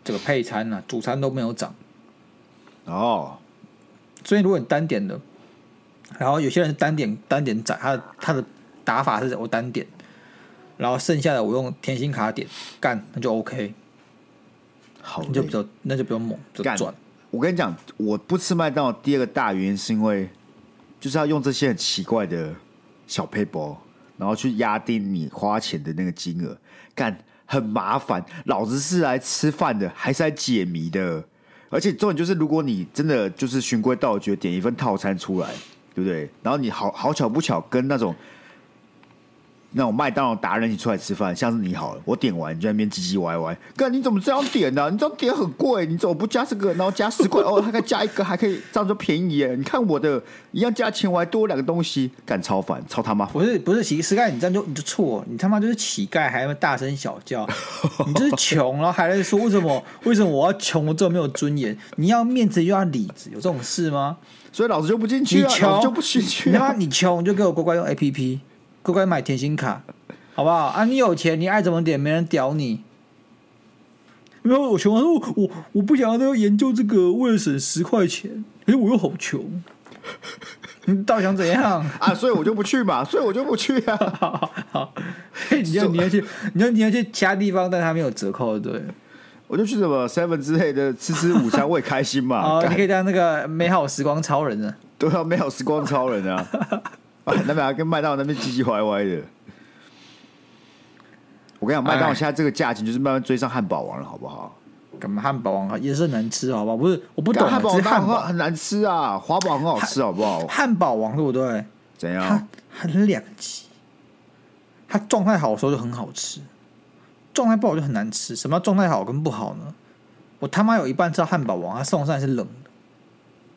[SPEAKER 2] 这个配餐啊，主餐都没有涨。
[SPEAKER 1] 哦，
[SPEAKER 2] 所以如果你单点的，然后有些人是单点单点仔，他的他的打法是我单点，然后剩下的我用甜心卡点干，那就 OK，
[SPEAKER 1] 好
[SPEAKER 2] 你就
[SPEAKER 1] 累
[SPEAKER 2] 比较那就比较猛，就
[SPEAKER 1] 干
[SPEAKER 2] 赚。
[SPEAKER 1] 我跟你讲，我不吃麦当劳第二个大原因是因为就是要用这些很奇怪的小 paper，然后去压低你花钱的那个金额，干很麻烦。老子是来吃饭的，还是来解谜的？而且重点就是，如果你真的就是循规蹈矩地点一份套餐出来，对不对？然后你好好巧不巧跟那种那种麦当劳达人一起出来吃饭，像是你好了，我点完你就在那边唧唧歪歪，哥你怎么这样点呢、你这样点很贵，你怎么不加这个，然后加十块哦，还可以加一个，还可以这样就便宜耶。你看我的一样价钱，我还多两个东西，干超烦，超他妈烦。
[SPEAKER 2] 不是不是乞乞丐，你这样就你就错，你他妈就是乞丐，还要大声小叫， 你就是穷，然后还在说为什么为什么我要穷，我这么没有尊严，你要面子又要里子，有这种事吗？
[SPEAKER 1] 所以老子就不进去啊，
[SPEAKER 2] 你
[SPEAKER 1] 老
[SPEAKER 2] 穷
[SPEAKER 1] 子就不进去
[SPEAKER 2] 你他妈
[SPEAKER 1] 啊。
[SPEAKER 2] 你穷你就给我乖乖用 APP，乖乖买甜心卡，好不好？啊，你有钱你爱怎么点，没人屌你。没有，我穷啊！我我我不想要都研究这个，为了省十块钱，可是我又好穷。你到底想怎 样？
[SPEAKER 1] 啊，所以我就不去嘛，所以我就不去啊。
[SPEAKER 2] 好好，你要你要去，你要你要去其他地方，但他没有折扣，对。
[SPEAKER 1] 我就去什么 seven 之类的吃吃午餐，我也开心嘛。
[SPEAKER 2] 哦，你
[SPEAKER 1] 干
[SPEAKER 2] 可以当那个美好时光超人呢。
[SPEAKER 1] 对啊，没有时光超人啊。啊，那边还跟麦当劳那边唧唧歪歪的。我跟你讲，麦当
[SPEAKER 2] 哎
[SPEAKER 1] 劳现在这个价钱就是慢慢追上汉堡王了，好不好？
[SPEAKER 2] 干嘛汉堡王也是很难吃，好不好？不是，我
[SPEAKER 1] 不
[SPEAKER 2] 不懂啊
[SPEAKER 1] 汉堡
[SPEAKER 2] 只
[SPEAKER 1] 王
[SPEAKER 2] 是
[SPEAKER 1] 当然
[SPEAKER 2] 汉
[SPEAKER 1] 很好
[SPEAKER 2] 堡
[SPEAKER 1] 很难吃啊，华堡很好吃，好不好？
[SPEAKER 2] 汉堡王对不对？
[SPEAKER 1] 怎
[SPEAKER 2] 它
[SPEAKER 1] 样？
[SPEAKER 2] 很两极，它状态好的时候就很好吃，状态不好就很难吃。什么叫状态好跟不好呢？我他妈有一半吃到汉堡王，它送上来是冷的，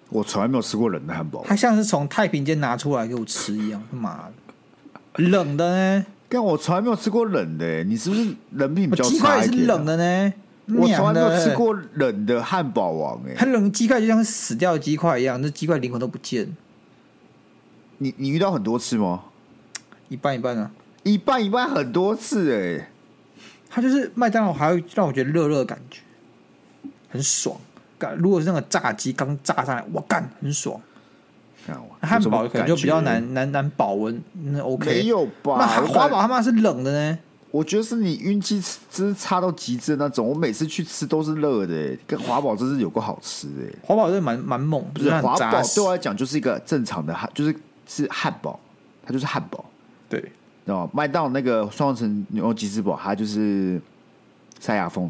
[SPEAKER 1] 我从来没有吃过冷的汉堡王
[SPEAKER 2] 它，像是从太平间拿出来给我吃一样，他妈的，冷的呢？
[SPEAKER 1] 但我从来没有吃过冷的、欸，你是不是人 品比
[SPEAKER 2] 我
[SPEAKER 1] 较
[SPEAKER 2] 鸡块
[SPEAKER 1] 差
[SPEAKER 2] 也
[SPEAKER 1] 一
[SPEAKER 2] 是
[SPEAKER 1] 点、啊
[SPEAKER 2] 冷，的呢，
[SPEAKER 1] 我从来没
[SPEAKER 2] 娘的
[SPEAKER 1] 有吃过冷的汉堡王、欸，哎，
[SPEAKER 2] 很冷的鸡块就像是死掉的鸡块一样，那鸡块灵魂都不见，
[SPEAKER 1] 你你遇到很多次吗？
[SPEAKER 2] 一半一半啊。
[SPEAKER 1] 一半一半很多次、哎，
[SPEAKER 2] 它就是麦当劳还会让我觉得热热的感觉，很爽。干，如果是那个炸鸡刚炸上来，我干很爽。
[SPEAKER 1] 看我
[SPEAKER 2] 汉堡可能就比较。
[SPEAKER 1] 有什么感觉
[SPEAKER 2] 难难难保温，那 OK。
[SPEAKER 1] 没有吧？
[SPEAKER 2] 那
[SPEAKER 1] 我
[SPEAKER 2] 华
[SPEAKER 1] 感
[SPEAKER 2] 堡他妈是冷的呢，
[SPEAKER 1] 我觉得是你运气真是差到极致的那种。我每次去吃都是热的、欸，跟华堡真是有个好吃的、欸。
[SPEAKER 2] 华堡是蛮蛮猛，
[SPEAKER 1] 不是
[SPEAKER 2] 它很
[SPEAKER 1] 华堡
[SPEAKER 2] 扎
[SPEAKER 1] 对啊
[SPEAKER 2] 实
[SPEAKER 1] 我来讲就是一个正常的汉，就是是汉堡，它就是汉堡，
[SPEAKER 2] 对
[SPEAKER 1] 知道吗？麦当劳那个双层牛肉鸡翅堡，它就是塞牙缝，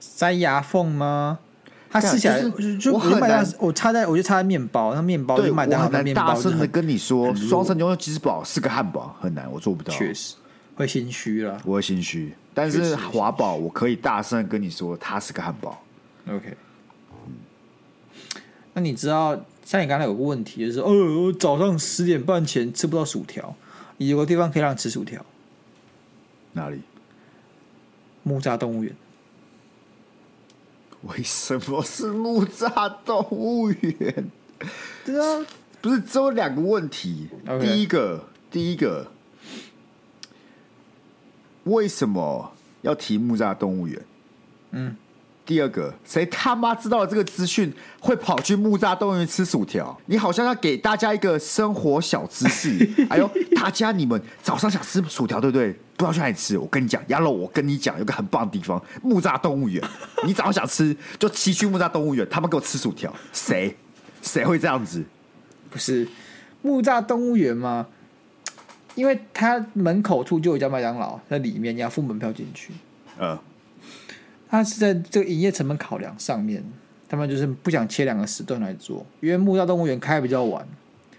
[SPEAKER 2] 塞牙缝吗？它吃起来
[SPEAKER 1] 干就是
[SPEAKER 2] 就就
[SPEAKER 1] 我很
[SPEAKER 2] 就麦当劳
[SPEAKER 1] 难，
[SPEAKER 2] 我插在我就插在面包，那面包
[SPEAKER 1] 对
[SPEAKER 2] 哦就
[SPEAKER 1] 我
[SPEAKER 2] 麦当劳
[SPEAKER 1] 很
[SPEAKER 2] 的
[SPEAKER 1] 难
[SPEAKER 2] 面
[SPEAKER 1] 大
[SPEAKER 2] 包是
[SPEAKER 1] 声的
[SPEAKER 2] 很
[SPEAKER 1] 跟你说，
[SPEAKER 2] 很弱
[SPEAKER 1] 双层牛肉鸡翅堡是个汉堡，很难，我做不到，
[SPEAKER 2] 确实会心虚了。
[SPEAKER 1] 我会心虚。但
[SPEAKER 2] 确
[SPEAKER 1] 是
[SPEAKER 2] 实
[SPEAKER 1] 华堡，我可以大声的跟你说，它是个汉堡。
[SPEAKER 2] OK，那你知道，像你刚才有个问题，就是哦，我早上十点半前吃不到薯条，有个地方可以让你吃薯条，
[SPEAKER 1] 哪里？
[SPEAKER 2] 木栅动物园。
[SPEAKER 1] 为什么是木栅动物园？
[SPEAKER 2] 对啊，
[SPEAKER 1] 不是只有两个问题。
[SPEAKER 2] OK
[SPEAKER 1] 第一个，第一个，为什么要提木栅动物园？
[SPEAKER 2] 嗯，
[SPEAKER 1] 第二个，谁他妈知道了这个资讯会跑去木栅动物园吃薯条？你好像要给大家一个生活小知识。 哎呦，大家你们早上想吃薯条对不对？不知道去哪里吃，我跟你讲，亚肉，我跟你讲，有个很棒的地方，木栅动物园。你早上想吃就骑去木栅动物园，他们给我吃薯条，谁谁会这样子？
[SPEAKER 2] 不是木栅动物园吗？因为它门口处就有一家麦当劳，在里面你要付门票进去。
[SPEAKER 1] 呃，
[SPEAKER 2] 它是在这个营业成本考量上面，他们就是不想切两个时段来做，因为木栅动物园开比较晚，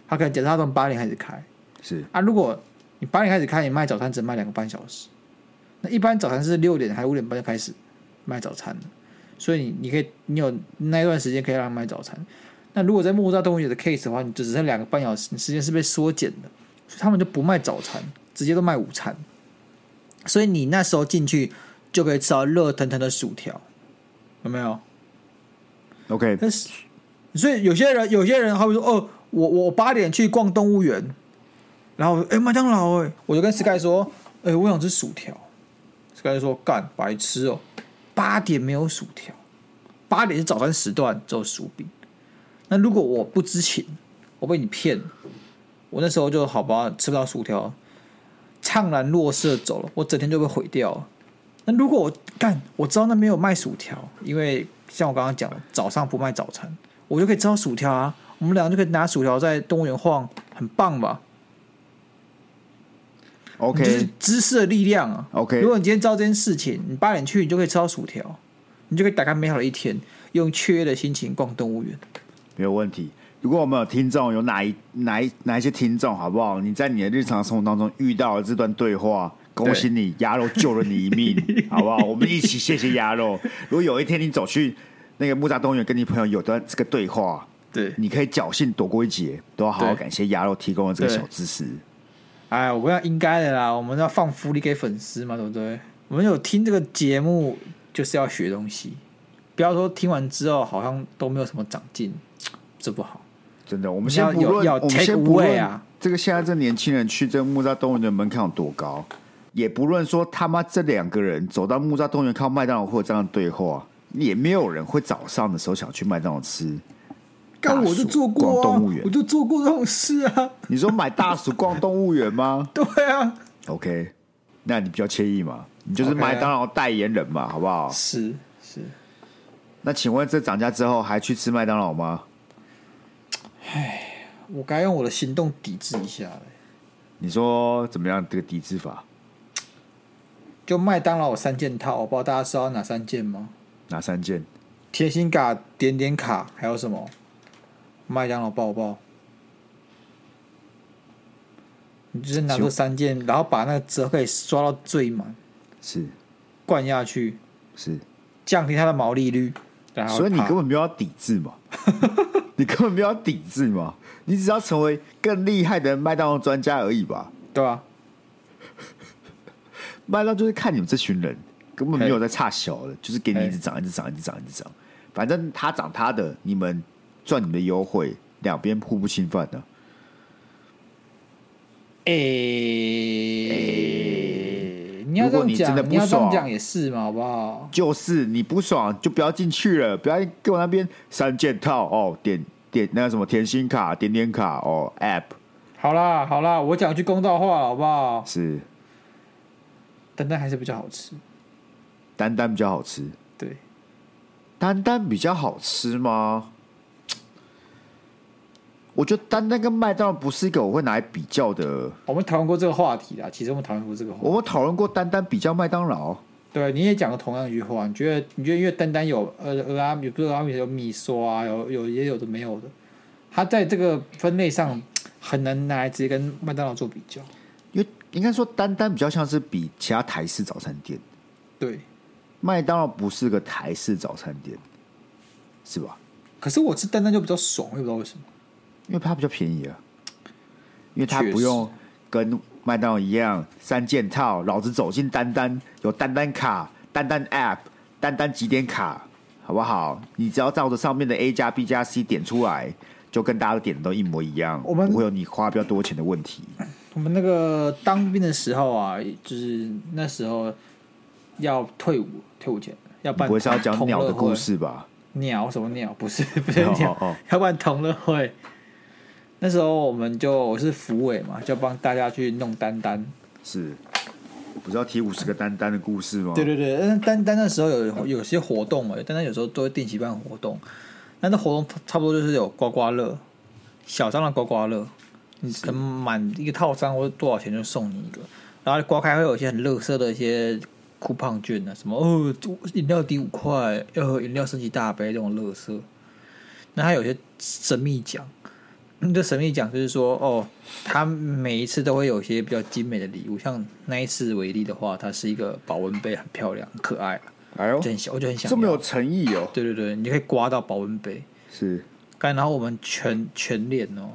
[SPEAKER 2] 它可能假设它从八点开始开，
[SPEAKER 1] 是
[SPEAKER 2] 啊，如果你八点开始开，你卖早餐只能卖两个半小时。那一般早餐是六点还五点半就开始卖早餐了，所以你你可以你有那一段时间可以让他卖早餐。那如果在木栅动物园的 case 的话，你就只剩两个半小时，你时间是被缩减的，所以他们就不卖早餐，直接都卖午餐。所以你那时候进去就可以吃到热腾腾的薯条，有没有？
[SPEAKER 1] OK，
[SPEAKER 2] 但是，所以有些人，有些人他会说：“哦，我我八点去逛动物园，然后哎麦当劳哎，我就跟 Sky 说，哎、我想吃薯条。”Sky 就说：“干白痴哦，八点没有薯条，八点是早餐时段，只有薯饼。那如果我不知情，我被你骗了，我那时候就好吧，吃不到薯条，怅然若失的走了，我整天就被毁掉了。”那如果我干，我知道那边有卖薯条，因为像我刚刚讲，早上不卖早餐，我就可以吃到薯条啊。我们俩就可以拿薯条在动物园晃，很棒吧
[SPEAKER 1] OK，
[SPEAKER 2] 就是知识的力量啊。
[SPEAKER 1] OK
[SPEAKER 2] 如果你今天知道这件事情，你八点去，你就可以吃到薯条，你就可以打开美好的一天，用雀跃的心情逛动物园。
[SPEAKER 1] 没有问题。如果我们有听众，有哪一哪一哪一些听众，好不好？你在你的日常生活当中遇到了这段对话，恭喜你，鸭肉救了你一 命，好不好？我们一起谢谢鸭肉。如果有一天你走去那个木栅动物园，跟你朋友有段这个对话，
[SPEAKER 2] 对，
[SPEAKER 1] 你可以侥幸躲过一劫，都要好好
[SPEAKER 2] 对
[SPEAKER 1] 感谢鸭肉提供的这个
[SPEAKER 2] 对
[SPEAKER 1] 小知识。
[SPEAKER 2] 哎，我们要应该的啦，我们要放福利给粉丝嘛，对不对？我们有听这个节目，就是要学东西，不要说听完之后好像都没有什么长进，这不好。
[SPEAKER 1] 真的，我们先
[SPEAKER 2] 要
[SPEAKER 1] 不
[SPEAKER 2] 有
[SPEAKER 1] 论，
[SPEAKER 2] 要
[SPEAKER 1] 我们
[SPEAKER 2] take
[SPEAKER 1] 先不
[SPEAKER 2] away
[SPEAKER 1] 论
[SPEAKER 2] 啊
[SPEAKER 1] 这个现在这年轻人去这个木栅动物园的门槛有多高，也不论说他妈这两个人走到木栅动物园看到麦当劳或者这样的对话，也没有人会早上的时候想去麦当劳吃。
[SPEAKER 2] 干我就做
[SPEAKER 1] 逛
[SPEAKER 2] 过、啊，
[SPEAKER 1] 动物园
[SPEAKER 2] 我就做过这种事啊。
[SPEAKER 1] 你说买大薯逛动物园吗
[SPEAKER 2] 对啊，
[SPEAKER 1] ？OK，那你比较惬意嘛？你就是
[SPEAKER 2] OK 啊
[SPEAKER 1] 麦当劳代言人嘛，好不好？
[SPEAKER 2] 是是，
[SPEAKER 1] 那请问这涨价之后还去吃麦当劳吗？
[SPEAKER 2] 我该用我的行动抵制一下了。
[SPEAKER 1] 你说怎么样？这个抵制法
[SPEAKER 2] 就麦当劳有三件套，我不知道大家知道哪三件吗？
[SPEAKER 1] 哪三件？
[SPEAKER 2] 贴心卡、点点卡，还有什么？麦当劳抱抱。你就是拿这三件，然后把那个折可以抓到最满，
[SPEAKER 1] 是
[SPEAKER 2] 灌下去，
[SPEAKER 1] 是，
[SPEAKER 2] 降低它的毛利率。然后
[SPEAKER 1] 所以你
[SPEAKER 2] 它
[SPEAKER 1] 根本没有要抵制嘛，你根本没有要抵制嘛，你只要成为更厉害的麦当劳专家而已吧。
[SPEAKER 2] 对吧、啊？
[SPEAKER 1] 麦当劳就是看你们这群人根本没有在差小的，就是给你一直涨，一直涨，一直涨，一直涨，反正他涨他的，你们赚你们的优惠，两边互不侵犯的、
[SPEAKER 2] 诶、你要
[SPEAKER 1] 如
[SPEAKER 2] 这
[SPEAKER 1] 果
[SPEAKER 2] 样
[SPEAKER 1] 你真的
[SPEAKER 2] 讲，
[SPEAKER 1] 不
[SPEAKER 2] 你要这样
[SPEAKER 1] 爽
[SPEAKER 2] 讲也是嘛，好不好？
[SPEAKER 1] 就是你不爽就不要进去了，不要给我那边三件套哦，点点那个什么甜心卡、点点卡哦，App
[SPEAKER 2] 好啦，好啦，我讲句公道话，好不好？
[SPEAKER 1] 是
[SPEAKER 2] 丹丹还是比较好吃，
[SPEAKER 1] 丹丹比较好吃，
[SPEAKER 2] 对，
[SPEAKER 1] 丹丹比较好吃吗？我觉得丹丹跟麦当劳不是一个我会拿来比较的。
[SPEAKER 2] 我们讨论过这个话题啦。其实我们讨论过这个话
[SPEAKER 1] 我们讨论过丹丹比较麦当劳，
[SPEAKER 2] 对，你也讲了同样一句话，你觉得你觉得因为丹丹有呃俄阿米，不是俄阿米有米索啊，有有也有的没有的，它在这个分类上很难拿来直接跟麦当劳做比较。
[SPEAKER 1] 因为应该说丹丹比较像是比其他台式早餐店，
[SPEAKER 2] 对，
[SPEAKER 1] 麦当劳不是个台式早餐店，是吧？
[SPEAKER 2] 可是我吃丹丹就比较爽，我也不知道为什么。
[SPEAKER 1] 因为它比较便宜啊，因为它
[SPEAKER 2] 确实
[SPEAKER 1] 不用跟麦当劳一样三件套，老子走进丹丹有丹丹卡、丹丹 App、丹丹几点卡，好不好？你只要照着上面的 A 加 B 加 C 点出来，就跟大家点的都一模一样，
[SPEAKER 2] 我们
[SPEAKER 1] 不会有你花比较多钱的问题。
[SPEAKER 2] 我们那个当兵的时候啊，就是那时候要退伍，退伍前要
[SPEAKER 1] 你
[SPEAKER 2] 办
[SPEAKER 1] 不会是要讲
[SPEAKER 2] 同
[SPEAKER 1] 鸟
[SPEAKER 2] 乐
[SPEAKER 1] 的故
[SPEAKER 2] 会
[SPEAKER 1] 事吧？
[SPEAKER 2] 鸟什么鸟？不是不是
[SPEAKER 1] 哦
[SPEAKER 2] 鸟，
[SPEAKER 1] 哦哦
[SPEAKER 2] 要不然同乐会。那时候我们就我是辅委嘛，就帮大家去弄丹丹。
[SPEAKER 1] 是，不是要提五十个丹丹的故事吗？
[SPEAKER 2] 对对对，嗯但丹丹那时候有有些活动嘛，丹丹有时候都会定期办活动。那那活动差不多就是有刮刮乐，小张的刮刮乐，你可能满一个套餐或者多少钱就送你一个。然后刮开会有一些很乐色的一些酷胖券啊，什么哦饮料抵五块，呃饮料升级大杯这种乐色。那它有些神秘奖，嗯这神秘奖就是说哦，它每一次都会有一些比较精美的礼物，像那一次为例的话，它是一个保温杯，很漂亮，很可爱，
[SPEAKER 1] 哎呦
[SPEAKER 2] 我就，很想，我就很想
[SPEAKER 1] 这么有
[SPEAKER 2] 要
[SPEAKER 1] 诚意哦！
[SPEAKER 2] 对对对，你可以刮到保温杯。
[SPEAKER 1] 是，
[SPEAKER 2] 干，然后我们全全脸哦，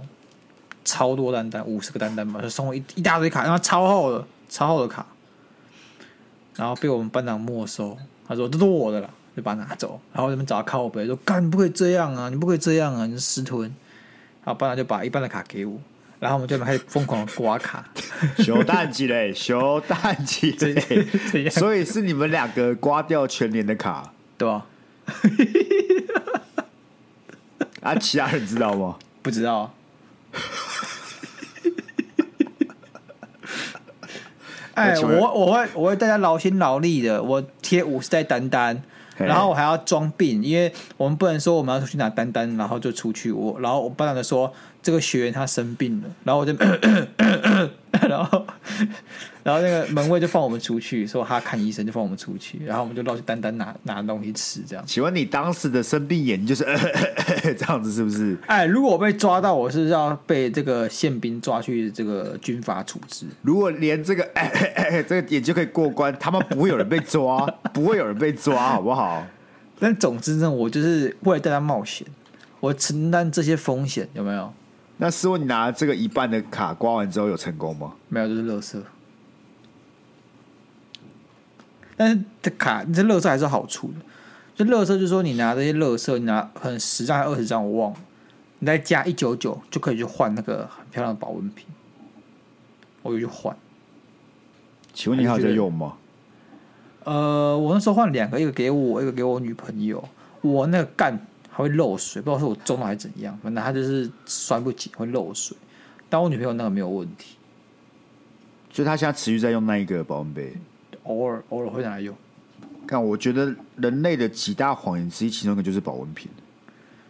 [SPEAKER 2] 超多单单，五十个单单吧，就送我一一大堆卡，然后超厚的，超厚的卡，然后被我们班长没收，他说这都我的啦，就把它拿走，然后我这边找他靠背说干，你不可以这样啊，你不可以这样啊，你是私吞，然后班长就把一半的卡给我，然后我们就开始疯狂的刮卡，
[SPEAKER 1] 熊蛋鸡嘞，熊蛋鸡嘞，
[SPEAKER 2] 这样
[SPEAKER 1] 所以是你们两个刮掉全年的卡
[SPEAKER 2] 对吧？
[SPEAKER 1] 啊？其他人知道吗？
[SPEAKER 2] 不知道 啊。哎，
[SPEAKER 1] 请问
[SPEAKER 2] 我我会我会大家劳心劳力的，我贴五十袋单单，
[SPEAKER 1] 嘿
[SPEAKER 2] 然后我还要装病，因为我们不能说我们要出去拿单单，然后就出去。我然后我班长就说这个学员他生病了，然后我就 然后 然后那个门卫就放我们出去，说他看医生就放我们出去，然后我们就绕去单单拿拿东西吃这样。
[SPEAKER 1] 请问你当时的生病眼睛就是 这样子，是不是？
[SPEAKER 2] 哎，如果我被抓到，我是要被这个宪兵抓去这个军法处置。
[SPEAKER 1] 如果连这个 这个眼睛可以过关，他们不会有人被抓， 不会有人被抓，好不好？
[SPEAKER 2] 但总之呢，我就是为了大家冒险，我承担这些风险，有没有？
[SPEAKER 1] 那师问你拿这个一半的卡刮完之后有成功吗？
[SPEAKER 2] 没有，就是乐色。但是这卡，这乐色还是有好处的。这乐色就是说，你拿这些乐色，你拿可能十张还二十张，我忘了，你再加一九九就可以去换那个很漂亮的保温瓶。我就去换，
[SPEAKER 1] 请问你还有在用吗？
[SPEAKER 2] 呃，我那时候换两个，一个给我，一个给我女朋友。我那个干还会漏水，不知道是我中了还是怎样，反正它就是栓不紧，会漏水。但我女朋友那个没有问题，
[SPEAKER 1] 所以他现在持续在用那一个保温杯。
[SPEAKER 2] 偶尔偶尔会拿来用。
[SPEAKER 1] 看，我觉得人类的几大谎言之一，其中一个就是保温瓶。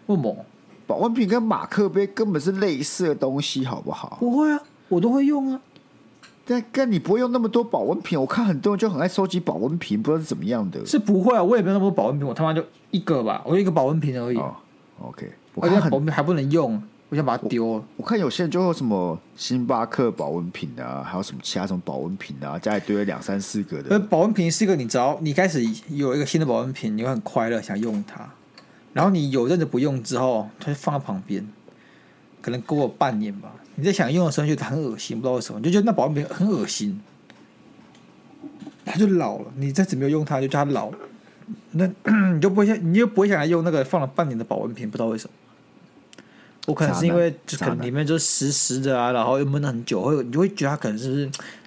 [SPEAKER 2] 为什么？
[SPEAKER 1] 保温瓶跟马克杯根本是类似的东西，好不好？
[SPEAKER 2] 不会啊，我都会用啊。
[SPEAKER 1] 但但你不会用那么多保温瓶，我看很多人就很爱收集保温瓶，不知道是怎么样的。
[SPEAKER 2] 是不会啊，我也没有那么多保温瓶，我他妈就一个吧，我就一个保温瓶而已，
[SPEAKER 1] 哦，OK，我
[SPEAKER 2] 而
[SPEAKER 1] 看
[SPEAKER 2] 且保
[SPEAKER 1] 很
[SPEAKER 2] 温瓶还不能用，我想把它丢了。
[SPEAKER 1] 我看有些人就会有什么星巴克保温瓶啊，还有什么其他什么保温瓶啊，家里堆了两三四个
[SPEAKER 2] 而
[SPEAKER 1] 的。
[SPEAKER 2] 保温瓶是一个，你只要你开始有一个新的保温瓶，你会很快乐，想用它。然后你有阵子不用之后，它就放在旁边，可能过了半年吧。你在想用的时候，觉得很恶心，不知道为什么，你就觉得那保温瓶很恶心，它就老了。你再怎么没有用它，就叫它老了。那你就不会想，你就不会想来用那个放了半年的保温瓶，不知道为什么。我可 能是因为就
[SPEAKER 1] 渣
[SPEAKER 2] 可能
[SPEAKER 1] 男
[SPEAKER 2] 里面就是湿湿的啊，然后又闷了很久，会你就会觉得它可能是不是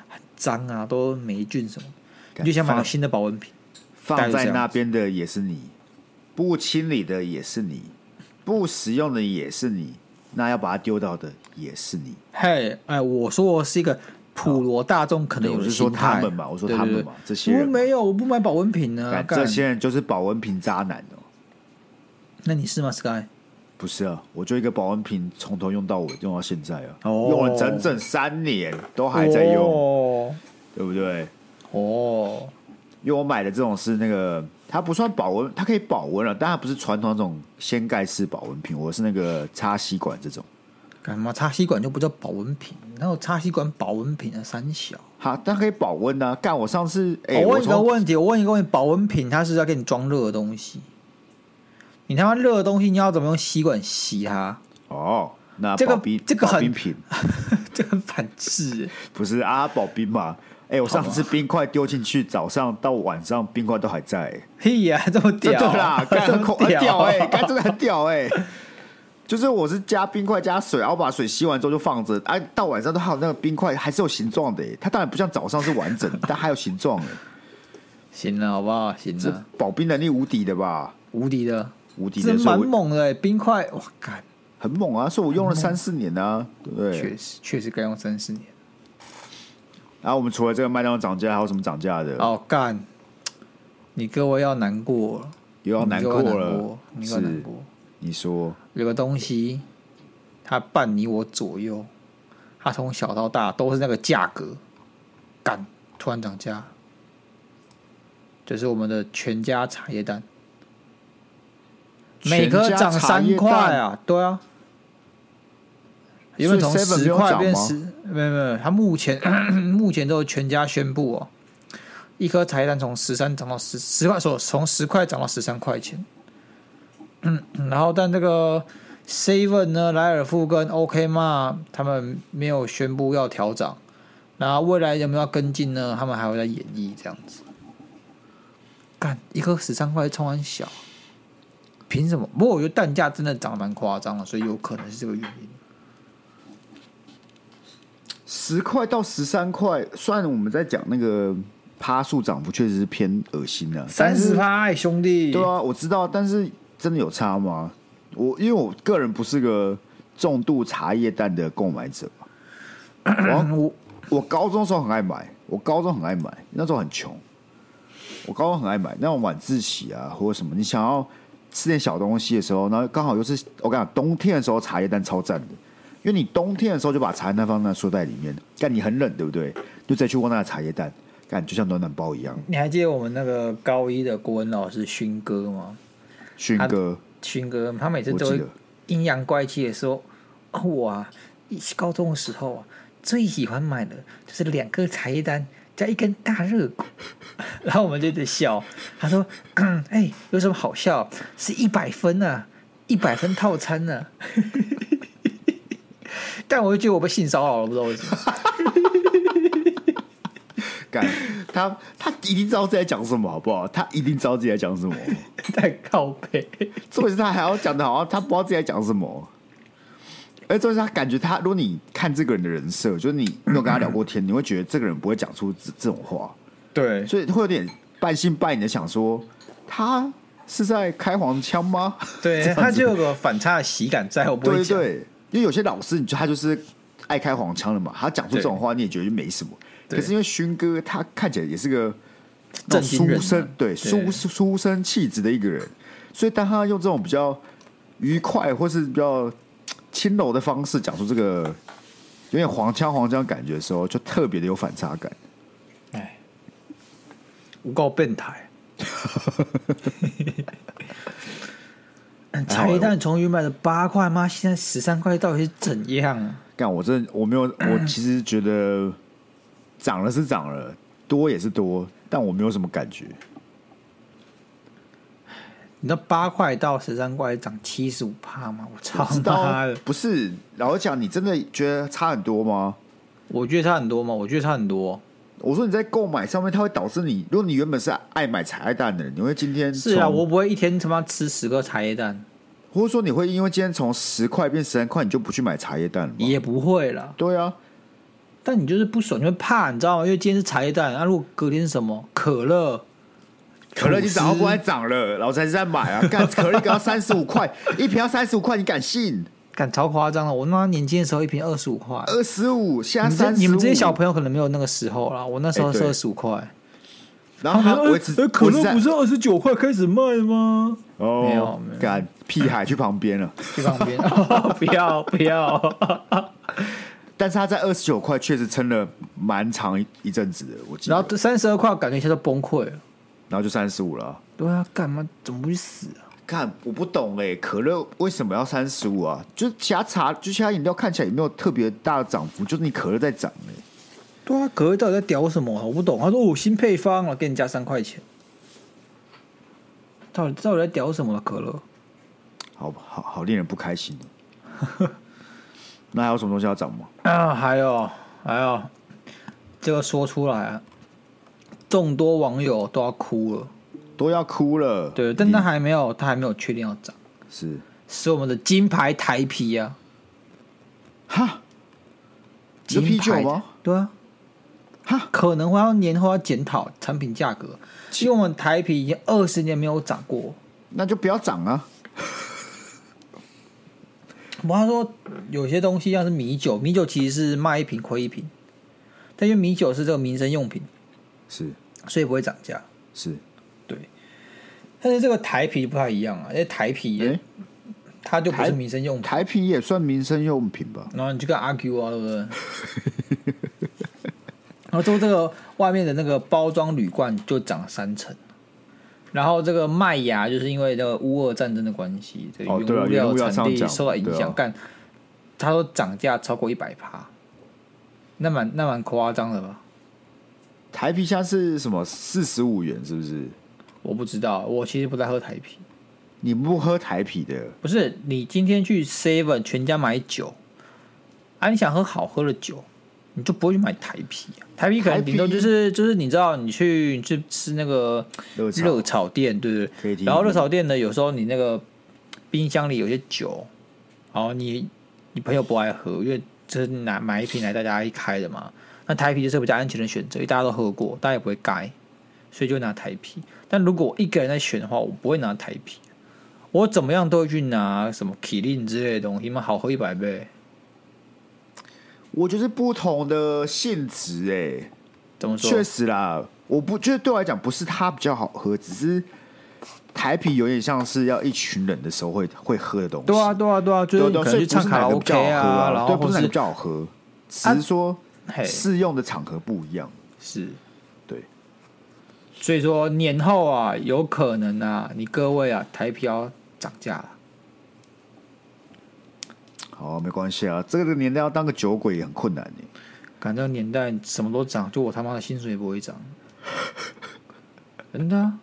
[SPEAKER 2] 很脏啊，都霉菌什么的。你就想买个
[SPEAKER 1] 放
[SPEAKER 2] 新的保温瓶，
[SPEAKER 1] 放在那边的也是你，不清理的也是你，不实用的也是你，那要把它丢掉的也是你。
[SPEAKER 2] 嘿，哎，我说我是一个普罗大众可能有
[SPEAKER 1] 我
[SPEAKER 2] 的
[SPEAKER 1] 是说
[SPEAKER 2] 心态
[SPEAKER 1] 他们嘛，我说他们嘛，这些
[SPEAKER 2] 对对
[SPEAKER 1] 人
[SPEAKER 2] 对我
[SPEAKER 1] 嘛
[SPEAKER 2] 没有，我不买保温瓶啊，
[SPEAKER 1] 干
[SPEAKER 2] 干
[SPEAKER 1] 这，些人就是保温瓶渣男哦。
[SPEAKER 2] 那你是吗，Sky？
[SPEAKER 1] 不是啊，我就一个保温瓶从头用到尾，用到现在啊，
[SPEAKER 2] 哦
[SPEAKER 1] 用了整整三年都还在用，
[SPEAKER 2] 哦，
[SPEAKER 1] 对不对？
[SPEAKER 2] 哦，
[SPEAKER 1] 因为我买的这种是那个，它不算保温，它可以保温了，但它不是传统那种掀盖式保温瓶，我是那个插吸管这种。
[SPEAKER 2] 干嘛插吸管就不叫保温瓶？然后插吸管保温瓶啊，三小。
[SPEAKER 1] 好，但它可以保温啊。干，我上次哎、
[SPEAKER 2] 哦我
[SPEAKER 1] 我
[SPEAKER 2] 问一个
[SPEAKER 1] 从
[SPEAKER 2] 问题，我问一个问题，保温瓶它是要给你装热的东西，你他妈热的东西，你要怎么用吸管吸它？
[SPEAKER 1] 哦，那
[SPEAKER 2] 这个
[SPEAKER 1] 保冰
[SPEAKER 2] 这个
[SPEAKER 1] 保
[SPEAKER 2] 很
[SPEAKER 1] 冰瓶
[SPEAKER 2] 这很反智欸。
[SPEAKER 1] 不是啊，保冰嘛。哎、我上次冰块丢进去，早上到晚上冰块都还在、哎
[SPEAKER 2] 屁呀、这么屌！啊
[SPEAKER 1] 真的 啦，干这口很
[SPEAKER 2] 屌啊
[SPEAKER 1] 屌哎、干真的很屌哎、 就是我是加冰块加水，然后把水吸完之后就放着，哎、到晚上都还有那个冰块还是有形状的、哎它当然不像早上是完整，但还有形状哎、
[SPEAKER 2] 行了，好不好？行
[SPEAKER 1] 这
[SPEAKER 2] 了，
[SPEAKER 1] 保冰能力无敌的吧？
[SPEAKER 2] 无敌的，
[SPEAKER 1] 无敌
[SPEAKER 2] 这
[SPEAKER 1] 的，
[SPEAKER 2] 蛮
[SPEAKER 1] 所以我
[SPEAKER 2] 猛嗯的欸，冰块，哇，干，
[SPEAKER 1] 很猛啊！所以我用了三四年啊，对不对？
[SPEAKER 2] 确实确实该用三四年。
[SPEAKER 1] 然后我们除了这个麦当劳涨价，还有什么涨价的？
[SPEAKER 2] 哦，干，你各位要难过了，
[SPEAKER 1] 又要
[SPEAKER 2] 你
[SPEAKER 1] 难
[SPEAKER 2] 各
[SPEAKER 1] 过
[SPEAKER 2] 位
[SPEAKER 1] 了，
[SPEAKER 2] 你各位难
[SPEAKER 1] 是
[SPEAKER 2] 过。
[SPEAKER 1] 你说
[SPEAKER 2] 有个东西，它伴你我左右，它从小到大都是那个价格，干，突然涨价，就是我们的全家茶叶蛋，每颗涨三块，啊，对啊，原本从
[SPEAKER 1] 所以 7-Eleven 没
[SPEAKER 2] 十
[SPEAKER 1] 有
[SPEAKER 2] 块
[SPEAKER 1] 涨
[SPEAKER 2] 变
[SPEAKER 1] 吗
[SPEAKER 2] 十，没有没有，它目前目前都是全家宣布哦，一颗茶叶蛋从十三涨到十十块，说从十块涨到十三块钱， 嗯，然后但这个 Seven 呢，莱尔富跟 OK 嘛，他们没有宣布要调涨，然后未来有没有要跟进呢？他们还会在演绎这样子。干一颗十三块，冲很小，凭什么？不过我觉得蛋价真的涨得蛮夸张的，所以有可能是这个原因。
[SPEAKER 1] 十块到十三块，虽然我们在讲那个趴数涨幅确实是偏恶心的、啊，但是
[SPEAKER 2] 趴，欸兄弟
[SPEAKER 1] 对啊，我知道，但是真的有差吗？我因为我个人不是个重度茶叶蛋的购买者嘛，我
[SPEAKER 2] 我
[SPEAKER 1] 我高中的时候很爱买，我高中很爱买，那时候很穷，我高中很爱买那种晚自习啊或者什么，你想要吃点小东西的时候，然后刚好又是我跟你讲，冬天的时候茶叶蛋超赞的，因为你冬天的时候就把茶叶蛋放在那塑料袋里面，干你很冷对不对？就再去握那个茶叶蛋，干就像暖暖包一样。
[SPEAKER 2] 你还记得我们那个高一的国文老师勋哥吗？
[SPEAKER 1] 勋
[SPEAKER 2] 他
[SPEAKER 1] 哥，
[SPEAKER 2] 勋哥他每次
[SPEAKER 1] 我
[SPEAKER 2] 都
[SPEAKER 1] 记
[SPEAKER 2] 会
[SPEAKER 1] 得。
[SPEAKER 2] 阴阳怪气的说：“哦，我啊，一高中的时候啊，最喜欢买的就是两个茶叶蛋加一根大热狗。” 然后我们就在笑。他说：“嗯哎、有什么好笑？是一百分啊，一百分套餐呢、啊。”但我就觉得我被性骚扰了，不知道为什么。
[SPEAKER 1] 干，他他一定知道自己在讲什么，好不好？他一定知道自己在讲什么。
[SPEAKER 2] 太靠背。
[SPEAKER 1] 重点是他还要讲的好像他不知道自己在讲什么。而重点是他感觉他，如果你看这个人的人设，就是你没有跟他聊过天，你会觉得这个人不会讲出这这种话，
[SPEAKER 2] 对，
[SPEAKER 1] 所以会有点半信半疑的想说，他是在开黄腔吗？这
[SPEAKER 2] 对，
[SPEAKER 1] 样子
[SPEAKER 2] 他就有个反差的喜感在，我不
[SPEAKER 1] 对
[SPEAKER 2] 会
[SPEAKER 1] 对
[SPEAKER 2] 讲。
[SPEAKER 1] 对，因为有些老师，你就他就是爱开黄腔的嘛，他讲出这种话，你也觉得没什么。
[SPEAKER 2] 对
[SPEAKER 1] 可是因为勋哥他看起来也是个
[SPEAKER 2] 正经人啊
[SPEAKER 1] 书生，对书
[SPEAKER 2] 对
[SPEAKER 1] 书生气质的一个人，所以当他用这种比较愉快或是比较嘖轻柔的方式讲出这个有点黄腔黄腔感觉的时候，就特别的有反差感。
[SPEAKER 2] 哎，我告 变态。茶叶蛋哎从原本的八块，妈现在十三块，到底是怎样啊？
[SPEAKER 1] 干，我真的我没有， 我其实觉得涨了是涨了，多也是多，但我没有什么感觉。
[SPEAKER 2] 你知道八块到十三块涨七十五帕吗？我操
[SPEAKER 1] 知道
[SPEAKER 2] 妈的！
[SPEAKER 1] 不是老实讲，你真的觉得差很多吗？
[SPEAKER 2] 我觉得差很多吗？我觉得差很多。
[SPEAKER 1] 我说你在购买上面，它会导致你，如果你原本是爱买茶叶蛋的人，你会今天
[SPEAKER 2] 是啊，
[SPEAKER 1] 从
[SPEAKER 2] 我不会一天他妈吃十个茶叶蛋，
[SPEAKER 1] 或者说你会因为今天从十块变十三块，你就不去买茶叶蛋了吗？
[SPEAKER 2] 也不会啦。
[SPEAKER 1] 对啊，
[SPEAKER 2] 但你就是不爽，你会怕，你知道吗？因为今天是茶叶蛋，那、啊如果隔天是什么可乐，
[SPEAKER 1] 可乐已经涨到
[SPEAKER 2] 吐司
[SPEAKER 1] 不该涨了，老子还是在买 啊！干可乐一个要三十五块，一瓶要三十五块，你敢信？
[SPEAKER 2] 干超夸张了。我他妈年轻的时候一瓶二十五块，
[SPEAKER 1] 二十五，现在
[SPEAKER 2] 你这
[SPEAKER 1] 三十五，
[SPEAKER 2] 你们这些小朋友可能没有那个时候啦，我那时候
[SPEAKER 1] 哎
[SPEAKER 2] 是
[SPEAKER 1] 对
[SPEAKER 2] 二十五块。
[SPEAKER 1] 然后
[SPEAKER 2] 他
[SPEAKER 1] 他呃
[SPEAKER 2] 们
[SPEAKER 1] 维
[SPEAKER 2] 说
[SPEAKER 1] 持
[SPEAKER 2] 哎可乐不
[SPEAKER 1] 维持
[SPEAKER 2] 是
[SPEAKER 1] 在
[SPEAKER 2] 二十九块开始卖吗？没有
[SPEAKER 1] 哦
[SPEAKER 2] 没有，
[SPEAKER 1] 干屁孩去旁边了，
[SPEAKER 2] 去旁 边，不要不要，
[SPEAKER 1] 但是他在二十九块确实撑了蛮长一一阵子的，我记得，
[SPEAKER 2] 然后三十二块，我感觉一下就崩溃了。
[SPEAKER 1] 然后就三十五了啊。
[SPEAKER 2] 对啊，干嘛怎么不去死啊？
[SPEAKER 1] 看，我不懂哎、可乐为什么要三十五啊？就是其他茶，就其他饮料看起来也没有特别大的涨幅，就是你可乐在涨哎、
[SPEAKER 2] 对啊，可乐到底在屌什么啊？我不懂。他说哦，新配方了，给你加三块钱。到底到底在屌什么啊？可乐？
[SPEAKER 1] 好好好令人不开心。哦 那还有什么东西要涨吗？
[SPEAKER 2] 啊，还有还有，这个说出来啊，众多网友都要哭了。
[SPEAKER 1] 都要哭了。
[SPEAKER 2] 对，但他还没有，他还没有确定要涨，
[SPEAKER 1] 是
[SPEAKER 2] 是我们的金牌台啤啊，
[SPEAKER 1] 哈，你
[SPEAKER 2] 金
[SPEAKER 1] 说啤
[SPEAKER 2] 牌
[SPEAKER 1] 酒吗？
[SPEAKER 2] 对啊，
[SPEAKER 1] 哈，
[SPEAKER 2] 可能会要年后要检讨产品价格，因为我们台啤已经二十年没有涨过。
[SPEAKER 1] 那就不要涨啊。
[SPEAKER 2] 我他说有些东西像是米酒，米酒其实是卖一瓶亏一瓶，但因为米酒是这个民生用品，
[SPEAKER 1] 是
[SPEAKER 2] 所以不会涨价。
[SPEAKER 1] 是，
[SPEAKER 2] 对，但是这个台啤不太一样啊，因为台啤、
[SPEAKER 1] 哎、
[SPEAKER 2] 它就不
[SPEAKER 1] 台
[SPEAKER 2] 是民生用品，
[SPEAKER 1] 台啤也算民生用品吧？
[SPEAKER 2] 然后你就跟阿 Q 啊，对不对？ 然后之后这个外面的那个包装铝罐就涨了三成，然后这个麦芽就是因为这个乌俄战争的关系，这个
[SPEAKER 1] 哦对啊
[SPEAKER 2] 原物料
[SPEAKER 1] 原物料
[SPEAKER 2] 产
[SPEAKER 1] 上
[SPEAKER 2] 地
[SPEAKER 1] 涨
[SPEAKER 2] 受到影
[SPEAKER 1] 对
[SPEAKER 2] 响，
[SPEAKER 1] 啊
[SPEAKER 2] 干、他说涨价超过一百趴，那蛮那蛮夸张的吧？
[SPEAKER 1] 台啤现在是什么？四十五元是不是？
[SPEAKER 2] 我不知道，我其实不太喝台啤。
[SPEAKER 1] 你不喝台啤的，
[SPEAKER 2] 不是你今天去 Seven 全家买酒，啊，你想喝好喝的酒，你就不会去买台啤、啊。台啤可啊能顶多就是就是你知道你去你去吃那个
[SPEAKER 1] 热炒
[SPEAKER 2] 热炒店，对不对？
[SPEAKER 1] KTV
[SPEAKER 2] 然后热炒店呢，有时候你那个冰箱里有些酒，然后你你朋友不爱喝，因为这是拿买一瓶来大家一开的嘛。那台啤就是比较安全的选择，因为大家都喝过，大家也不会盖，所以就拿台啤。但如果我一个人在选的话，我不会拿台啤。我怎么样都会去拿什么麒麟之类的东西嘛，好喝一百倍，
[SPEAKER 1] 我觉得是不同的性质哎、
[SPEAKER 2] 怎么说？
[SPEAKER 1] 确实啦，我不觉得对我来讲不是它比较好喝，只是台啤有点像是要一群人的时候会会喝的东西。
[SPEAKER 2] 对啊，对啊，对啊，就是
[SPEAKER 1] 对
[SPEAKER 2] 你
[SPEAKER 1] 对，
[SPEAKER 2] 可
[SPEAKER 1] 所以
[SPEAKER 2] 能去
[SPEAKER 1] 不
[SPEAKER 2] 唱
[SPEAKER 1] 是
[SPEAKER 2] 卡
[SPEAKER 1] 哪
[SPEAKER 2] 拉
[SPEAKER 1] 个比较
[SPEAKER 2] OK
[SPEAKER 1] 好喝啊，
[SPEAKER 2] 然后
[SPEAKER 1] 对，不
[SPEAKER 2] 或
[SPEAKER 1] 是哪个
[SPEAKER 2] 是
[SPEAKER 1] 比较好喝，只
[SPEAKER 2] 啊
[SPEAKER 1] 是说
[SPEAKER 2] 嘿
[SPEAKER 1] 适用的场合不一样。
[SPEAKER 2] 是，
[SPEAKER 1] 对，
[SPEAKER 2] 所以说年后啊，有可能啊，你各位啊，台啤要涨价了。
[SPEAKER 1] 好，没关系啊，这个年代要当个酒鬼也很困难欸呢。
[SPEAKER 2] 感到年代什么都涨，就我他妈的薪水也不会涨，真的、啊，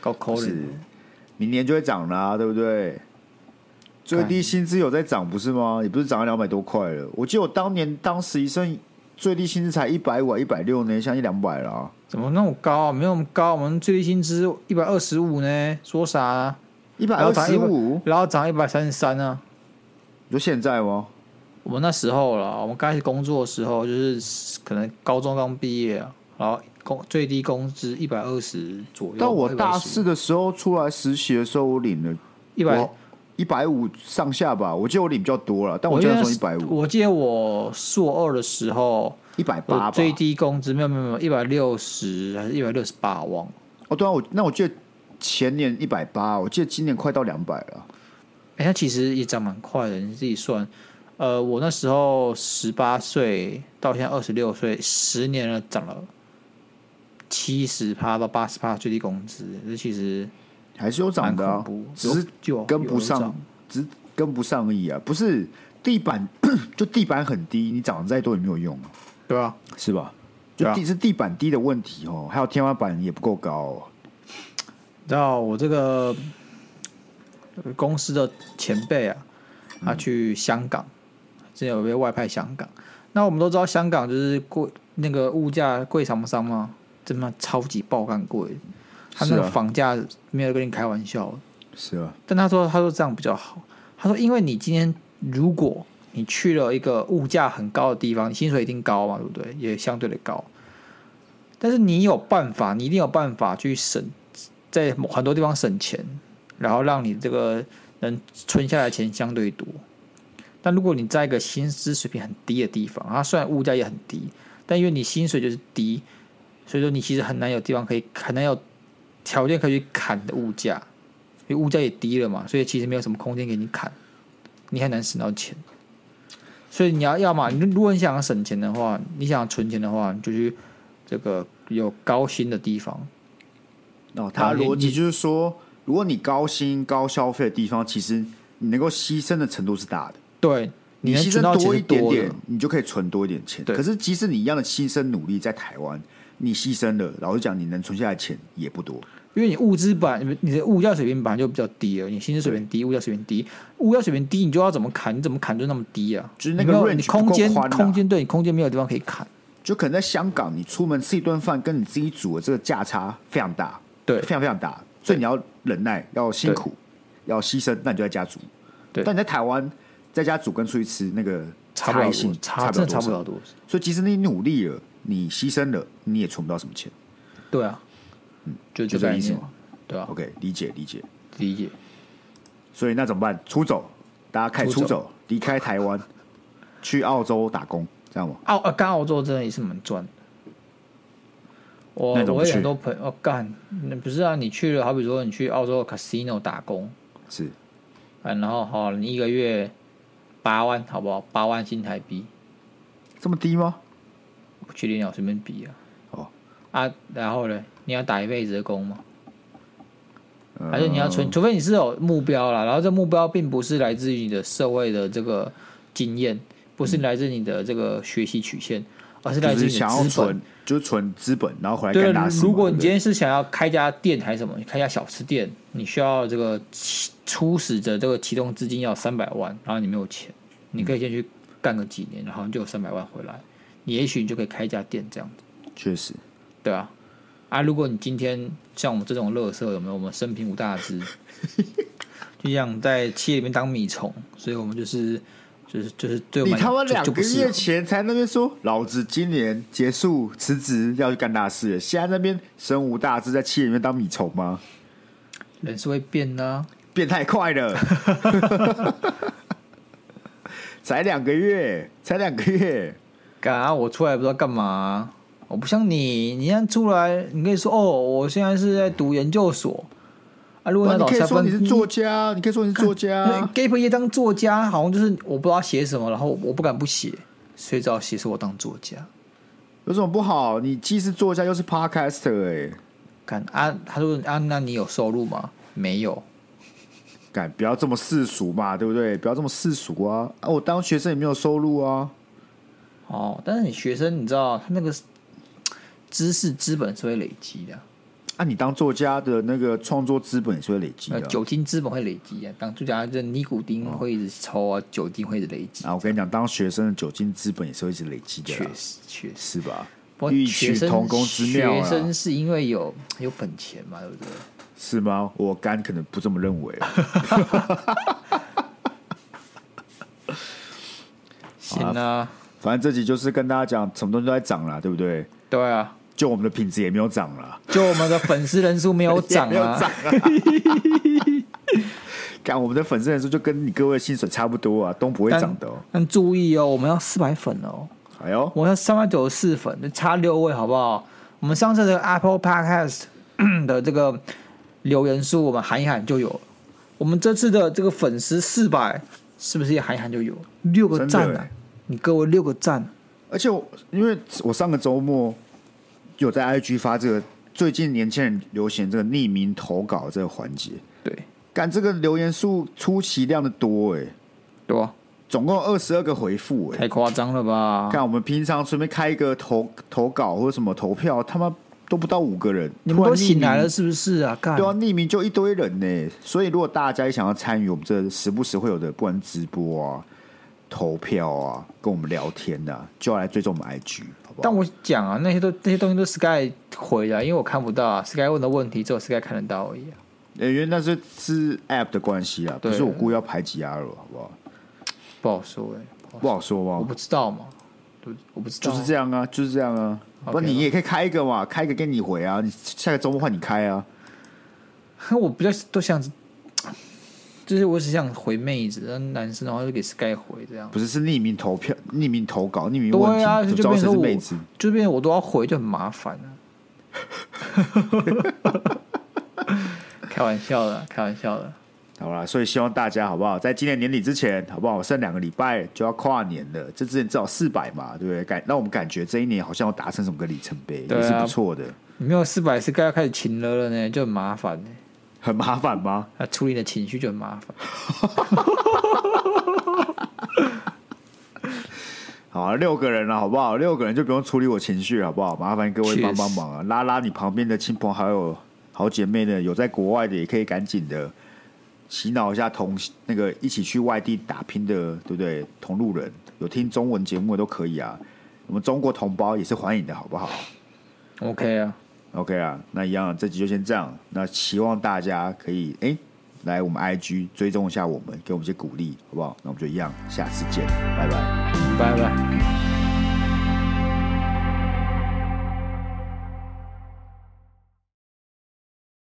[SPEAKER 2] 搞抠
[SPEAKER 1] 是
[SPEAKER 2] 脸。
[SPEAKER 1] 明年就会涨啦、对不对？最低薪资有在涨不是吗？也不是涨了两百多块了。我记得我当年当实习生，最低薪资才一百五、啊一百六呢，现在一两百了、啊，
[SPEAKER 2] 怎么那么高、啊？没有那么高，我们最低薪资一百二十五呢，说啥、啊？
[SPEAKER 1] 一百
[SPEAKER 2] 然后
[SPEAKER 1] 二
[SPEAKER 2] 涨
[SPEAKER 1] 十
[SPEAKER 2] 一
[SPEAKER 1] 五
[SPEAKER 2] 百，。然后涨一百三十三啊！
[SPEAKER 1] 你说现在吗？
[SPEAKER 2] 我们那时候了，我们刚开始工作的时候，就是可能高中刚毕业啊，然后工最低工资一百二十左右。
[SPEAKER 1] 但我大四的时候出来实习的时候，我领了
[SPEAKER 2] 一百，100
[SPEAKER 1] 一百五上下吧。我记得我领比较多了，但我记
[SPEAKER 2] 记
[SPEAKER 1] 得
[SPEAKER 2] 得
[SPEAKER 1] 从一百五、
[SPEAKER 2] 我记得我硕二的时候，
[SPEAKER 1] 一百八
[SPEAKER 2] 我
[SPEAKER 1] 吧。
[SPEAKER 2] 最低工资没有没有没有一百六十还是一百六十八，忘了。
[SPEAKER 1] 哦，对啊，我那我记得前年一百八，我记得今年快到两百了。
[SPEAKER 2] 哎、它其实也涨蛮快的，你自己算。呃，我那时候十八岁到现在二十六岁，十年了，涨了七十趴到八十趴最低工资，这其实
[SPEAKER 1] 还是有涨
[SPEAKER 2] 蛮
[SPEAKER 1] 的、啊
[SPEAKER 2] 恐怖，，
[SPEAKER 1] 只是
[SPEAKER 2] 有有
[SPEAKER 1] 跟不
[SPEAKER 2] 有涨
[SPEAKER 1] 上，只是跟不上而已啊。不是地板， 就地板很低，你涨得再多也没有用啊，
[SPEAKER 2] 对啊，
[SPEAKER 1] 是吧？就
[SPEAKER 2] 对啊
[SPEAKER 1] 地是地板低的问题哦，还有天花板也不够高、哦。
[SPEAKER 2] 你知道我这个呃公司的前辈啊，
[SPEAKER 1] 嗯
[SPEAKER 2] 他去香港，之前有被外派香港。那我们都知道香港就是贵，那个物价贵什么什么，真的超级爆干贵，他那
[SPEAKER 1] 是
[SPEAKER 2] 个
[SPEAKER 1] 啊
[SPEAKER 2] 房价没有跟你开玩笑的。
[SPEAKER 1] 是啊，
[SPEAKER 2] 但他说他说这样比较好，他说因为你今天如果你去了一个物价很高的地方，你薪水一定高嘛，对不对？也相对的高，但是你有办法，你一定有办法去省，在某很多地方省钱，然后让你这个能存下来的钱相对多。但如果你在一个薪资水平很低的地方，它虽然物价也很低，但因为你薪水就是低，所以说你其实很难有地方可以，很难有条件可以去砍你的物价。因为物价也低了嘛，所以其实没有什么空间给你砍，你很难省到钱。所以你要要么，你如果你想要省钱的话，你想要存钱的话，你就去这个有高薪的地方。
[SPEAKER 1] 哦，他的
[SPEAKER 2] 你
[SPEAKER 1] 逻辑
[SPEAKER 2] 你
[SPEAKER 1] 就是说，如果你高薪高消费的地方，其实你能够牺牲的程度是大的。
[SPEAKER 2] 对，你能
[SPEAKER 1] 牺牲
[SPEAKER 2] 存到钱
[SPEAKER 1] 多
[SPEAKER 2] 是
[SPEAKER 1] 一点
[SPEAKER 2] 的
[SPEAKER 1] 点，你就可以存多一点钱。
[SPEAKER 2] 对
[SPEAKER 1] 可是即使你一样的牺牲努力，在台湾，你牺牲了，老实讲，你能存下来的钱也不多。
[SPEAKER 2] 因为你物资本来你的物价水平本来就比较低了，你薪资水平低，物价水平低，物价水平低，你就要怎么砍？你怎么砍就那么低啊？
[SPEAKER 1] 就是那个
[SPEAKER 2] 你没有你
[SPEAKER 1] range 不
[SPEAKER 2] 空
[SPEAKER 1] 够
[SPEAKER 2] 间
[SPEAKER 1] 宽啊
[SPEAKER 2] 空间对你空间没有地方可以砍，
[SPEAKER 1] 就可能在香港，你出门吃一顿饭，跟你自己煮的这个价差非常大，
[SPEAKER 2] 对
[SPEAKER 1] 非常非常大。所以你要忍耐，要辛苦，要牺牲，那你就在家煮。
[SPEAKER 2] 对
[SPEAKER 1] 但你在台湾，在家煮跟出去吃那个
[SPEAKER 2] 差不了
[SPEAKER 1] 异
[SPEAKER 2] 多
[SPEAKER 1] 性，
[SPEAKER 2] 差
[SPEAKER 1] 不
[SPEAKER 2] 真
[SPEAKER 1] 了
[SPEAKER 2] 的差
[SPEAKER 1] 多
[SPEAKER 2] 不
[SPEAKER 1] 少
[SPEAKER 2] 了。多少。
[SPEAKER 1] 所以即使你努力了，你牺牲了，你也存不到什么钱。
[SPEAKER 2] 对啊，就
[SPEAKER 1] 嗯就这
[SPEAKER 2] 这个
[SPEAKER 1] 个
[SPEAKER 2] 概
[SPEAKER 1] 意思
[SPEAKER 2] 念
[SPEAKER 1] 嘛，
[SPEAKER 2] 对啊，
[SPEAKER 1] OK，理解理解。
[SPEAKER 2] 理解。
[SPEAKER 1] 所以那怎么办？出走，大家开始出
[SPEAKER 2] 出走
[SPEAKER 1] 走，离开台湾，去澳洲打工，这样吗？
[SPEAKER 2] 澳呃，干澳洲真的也是蛮赚的。我
[SPEAKER 1] 那你怎么
[SPEAKER 2] 我
[SPEAKER 1] 不
[SPEAKER 2] 有
[SPEAKER 1] 去
[SPEAKER 2] 很多朋友哦干，那不是啊？你去了，好比说你去澳洲的 casino 打工，
[SPEAKER 1] 是
[SPEAKER 2] 啊，然后好，你一个月八万，好不好？八万新台币，
[SPEAKER 1] 这么低吗？
[SPEAKER 2] 不确定啊，我随便比啊。
[SPEAKER 1] 哦
[SPEAKER 2] 啊，然后呢？你要打一辈子的工吗？
[SPEAKER 1] 呃
[SPEAKER 2] 还是你要存？除非你是有目标啦，然后这目标并不是来自于你的社会的这个经验，不是来自你的这个学习曲线，而是来
[SPEAKER 1] 嗯就是
[SPEAKER 2] 自于你的
[SPEAKER 1] 想要
[SPEAKER 2] 资本。
[SPEAKER 1] 存，就是存资本，然后回来
[SPEAKER 2] 对
[SPEAKER 1] 干
[SPEAKER 2] 啊
[SPEAKER 1] 大，事嘛。
[SPEAKER 2] 如果
[SPEAKER 1] 对
[SPEAKER 2] 你
[SPEAKER 1] 不
[SPEAKER 2] 今
[SPEAKER 1] 对
[SPEAKER 2] 天是想要开家店还是什么，开家小吃店，你需要这个起初始的这个启动资金要三百万，然后你没有钱，你可以先去干个几年，然后你就有三百万回来，你也许你就可以开一家店这样子，
[SPEAKER 1] 确实
[SPEAKER 2] 对啊。啊，如果你今天像我们这种乐色，有没有？我们生平无大志，就想在企业里面当米虫，所以我们就是就是就是对我
[SPEAKER 1] 你
[SPEAKER 2] 们
[SPEAKER 1] 他妈
[SPEAKER 2] 就
[SPEAKER 1] 两
[SPEAKER 2] 就
[SPEAKER 1] 个
[SPEAKER 2] 不啊适合
[SPEAKER 1] 月前才那边说，老子今年结束辞职要去干大事了，现在那边身无大志，在企业里面当米虫吗？
[SPEAKER 2] 人是会变的、啊，
[SPEAKER 1] 变太快了， 才两个月，才两个月，
[SPEAKER 2] 干啊！我出来不知道干嘛啊、我不像你，你现在出来，你可以说哦，我现在是在读研究所啊。如果
[SPEAKER 1] 哇
[SPEAKER 2] 要
[SPEAKER 1] 你
[SPEAKER 2] 找
[SPEAKER 1] 可以
[SPEAKER 2] 下
[SPEAKER 1] 说
[SPEAKER 2] 班，
[SPEAKER 1] 你是作家，你可以说你是作家啊，
[SPEAKER 2] gap 也当作家，好像就是我不知道写什么，然后我不敢不写，所以只好写是我当作家。
[SPEAKER 1] 有什么不好？你既是作家又是 podcaster 哎、
[SPEAKER 2] 干啊，他说啊，那你有收入吗？没有，
[SPEAKER 1] 敢不要这么世俗嘛，对不对？不要这么世俗啊！啊，我当学生也没有收入啊，
[SPEAKER 2] 哦，但是你学生，你知道他那个知识资本是会累积的啊，
[SPEAKER 1] 啊，你当作家的那个创作资本也是会累积的
[SPEAKER 2] 呃，
[SPEAKER 1] 啊、
[SPEAKER 2] 酒精资本会累积啊。当作家，这尼古丁
[SPEAKER 1] 哦
[SPEAKER 2] 会一直抽啊，酒精会一直累积，
[SPEAKER 1] 啊，我跟你讲，当学生的酒精资本也是会一直累积的
[SPEAKER 2] 确
[SPEAKER 1] 啦，
[SPEAKER 2] 实确实。
[SPEAKER 1] 是吧？
[SPEAKER 2] 不过
[SPEAKER 1] 异
[SPEAKER 2] 学
[SPEAKER 1] 曲
[SPEAKER 2] 生
[SPEAKER 1] 同工之妙啊
[SPEAKER 2] 学
[SPEAKER 1] 啦
[SPEAKER 2] 生，是因为有有本钱嘛，对不对？
[SPEAKER 1] 是吗？我干可能不这么认为。啊
[SPEAKER 2] 行啊，
[SPEAKER 1] 反正这集就是跟大家讲，什么东西都在涨啦，对不对？
[SPEAKER 2] 对啊，
[SPEAKER 1] 就我们的品质也没有涨啦，
[SPEAKER 2] 就我们的粉丝人数没有涨
[SPEAKER 1] 也没有
[SPEAKER 2] 啊
[SPEAKER 1] 涨，啊。干我们的粉丝人数就跟你各位的薪水差不多啊，都不会涨
[SPEAKER 2] 但
[SPEAKER 1] 的哦。
[SPEAKER 2] 但注意哦，我们要四百粉哦，
[SPEAKER 1] 哎呦，
[SPEAKER 2] 我要三百九十四 粉，就差六位好不好？我们上次的 Apple Podcast 的这个留言数，我们喊一喊就有了。我们这次的这个粉丝四百，是不是也喊一喊就有了？六个
[SPEAKER 1] 真的
[SPEAKER 2] 赞啊
[SPEAKER 1] 欸！
[SPEAKER 2] 你各位六个赞啊、
[SPEAKER 1] 而且我因为我上个周末有在 IG 发这个最近年轻人流行这个匿名投稿这个环节，
[SPEAKER 2] 对
[SPEAKER 1] 干这个留言数出奇量的多哎、
[SPEAKER 2] 对吧？
[SPEAKER 1] 总共二十二个回复哎、
[SPEAKER 2] 太夸张了吧？
[SPEAKER 1] 看我们平常随便开一个投投稿或者什么投票，他妈都不到五个人，
[SPEAKER 2] 你们
[SPEAKER 1] 突
[SPEAKER 2] 都
[SPEAKER 1] 然匿名
[SPEAKER 2] 醒来了是不是啊？干
[SPEAKER 1] 对啊，匿名就一堆人呢、所以如果大家也想要参与，我们这时不时会有的，不管是直播啊、投票啊、跟我们聊天啊，就要来追踪我们 IG，好不好？
[SPEAKER 2] 但我讲啊，那些都那些东西都 Sky 回的啊、因为我看不到啊。Sky 问的问题只有 Sky 看得到而已、啊。
[SPEAKER 1] 呃因为那是是 App 的关系啊，不
[SPEAKER 2] 对
[SPEAKER 1] 是我故意要排挤阿鲁，好不好？
[SPEAKER 2] 不好说哎、不好
[SPEAKER 1] 不好说
[SPEAKER 2] 我
[SPEAKER 1] 吗
[SPEAKER 2] 不？知道嘛，对不对我不知道
[SPEAKER 1] 就
[SPEAKER 2] 啊，
[SPEAKER 1] 是这样啊，就是这样啊。不，
[SPEAKER 2] OK
[SPEAKER 1] 你也可以开一个嘛，开一个跟你回啊，你下个周末换你开啊。
[SPEAKER 2] 样。 我比较都想，就是我只想回妹子，但男生的话就给 Sky 回这样。
[SPEAKER 1] 不是，是匿名投票、匿名投稿、匿名问
[SPEAKER 2] 对
[SPEAKER 1] 题，
[SPEAKER 2] 啊，
[SPEAKER 1] 怎
[SPEAKER 2] 就
[SPEAKER 1] 么知道
[SPEAKER 2] 变成
[SPEAKER 1] 谁
[SPEAKER 2] 说
[SPEAKER 1] 是
[SPEAKER 2] 我
[SPEAKER 1] 妹子？，
[SPEAKER 2] 就变成我都要回，就很麻烦啊。 开玩笑的，开玩笑的。
[SPEAKER 1] 好啦，所以希望大家好不好，在今年年底之前，好不好？剩两个礼拜就要跨年了，这之前至少四百嘛，对不对？感让我们感觉这一年好像要达成什么个里程碑，
[SPEAKER 2] 对啊
[SPEAKER 1] 也是不错的。
[SPEAKER 2] 你没有四百 Sky 要开始勤了了呢，就很麻烦呢、
[SPEAKER 1] 很麻烦吗？
[SPEAKER 2] 他处理你的情绪就很麻烦。
[SPEAKER 1] 好啊、六个人了，好不好？六个人就不用处理我情绪，好不好？麻烦各位
[SPEAKER 2] Cheers
[SPEAKER 1] 帮帮忙啊，拉拉你旁边的亲朋好友、好姐妹的，有在国外的也可以赶紧的洗脑一下同那个一起去外地打拼的，对不对？同路人有听中文节目的都可以啊，我们中国同胞也是欢迎的，好不好？
[SPEAKER 2] OK 啊，
[SPEAKER 1] OK 啊，那一样，这集就先这样。那希望大家可以哎、来我们 IG 追踪一下我们，给我们一些鼓励，好不好？那我们就一样，下次见，拜拜。
[SPEAKER 2] 拜拜。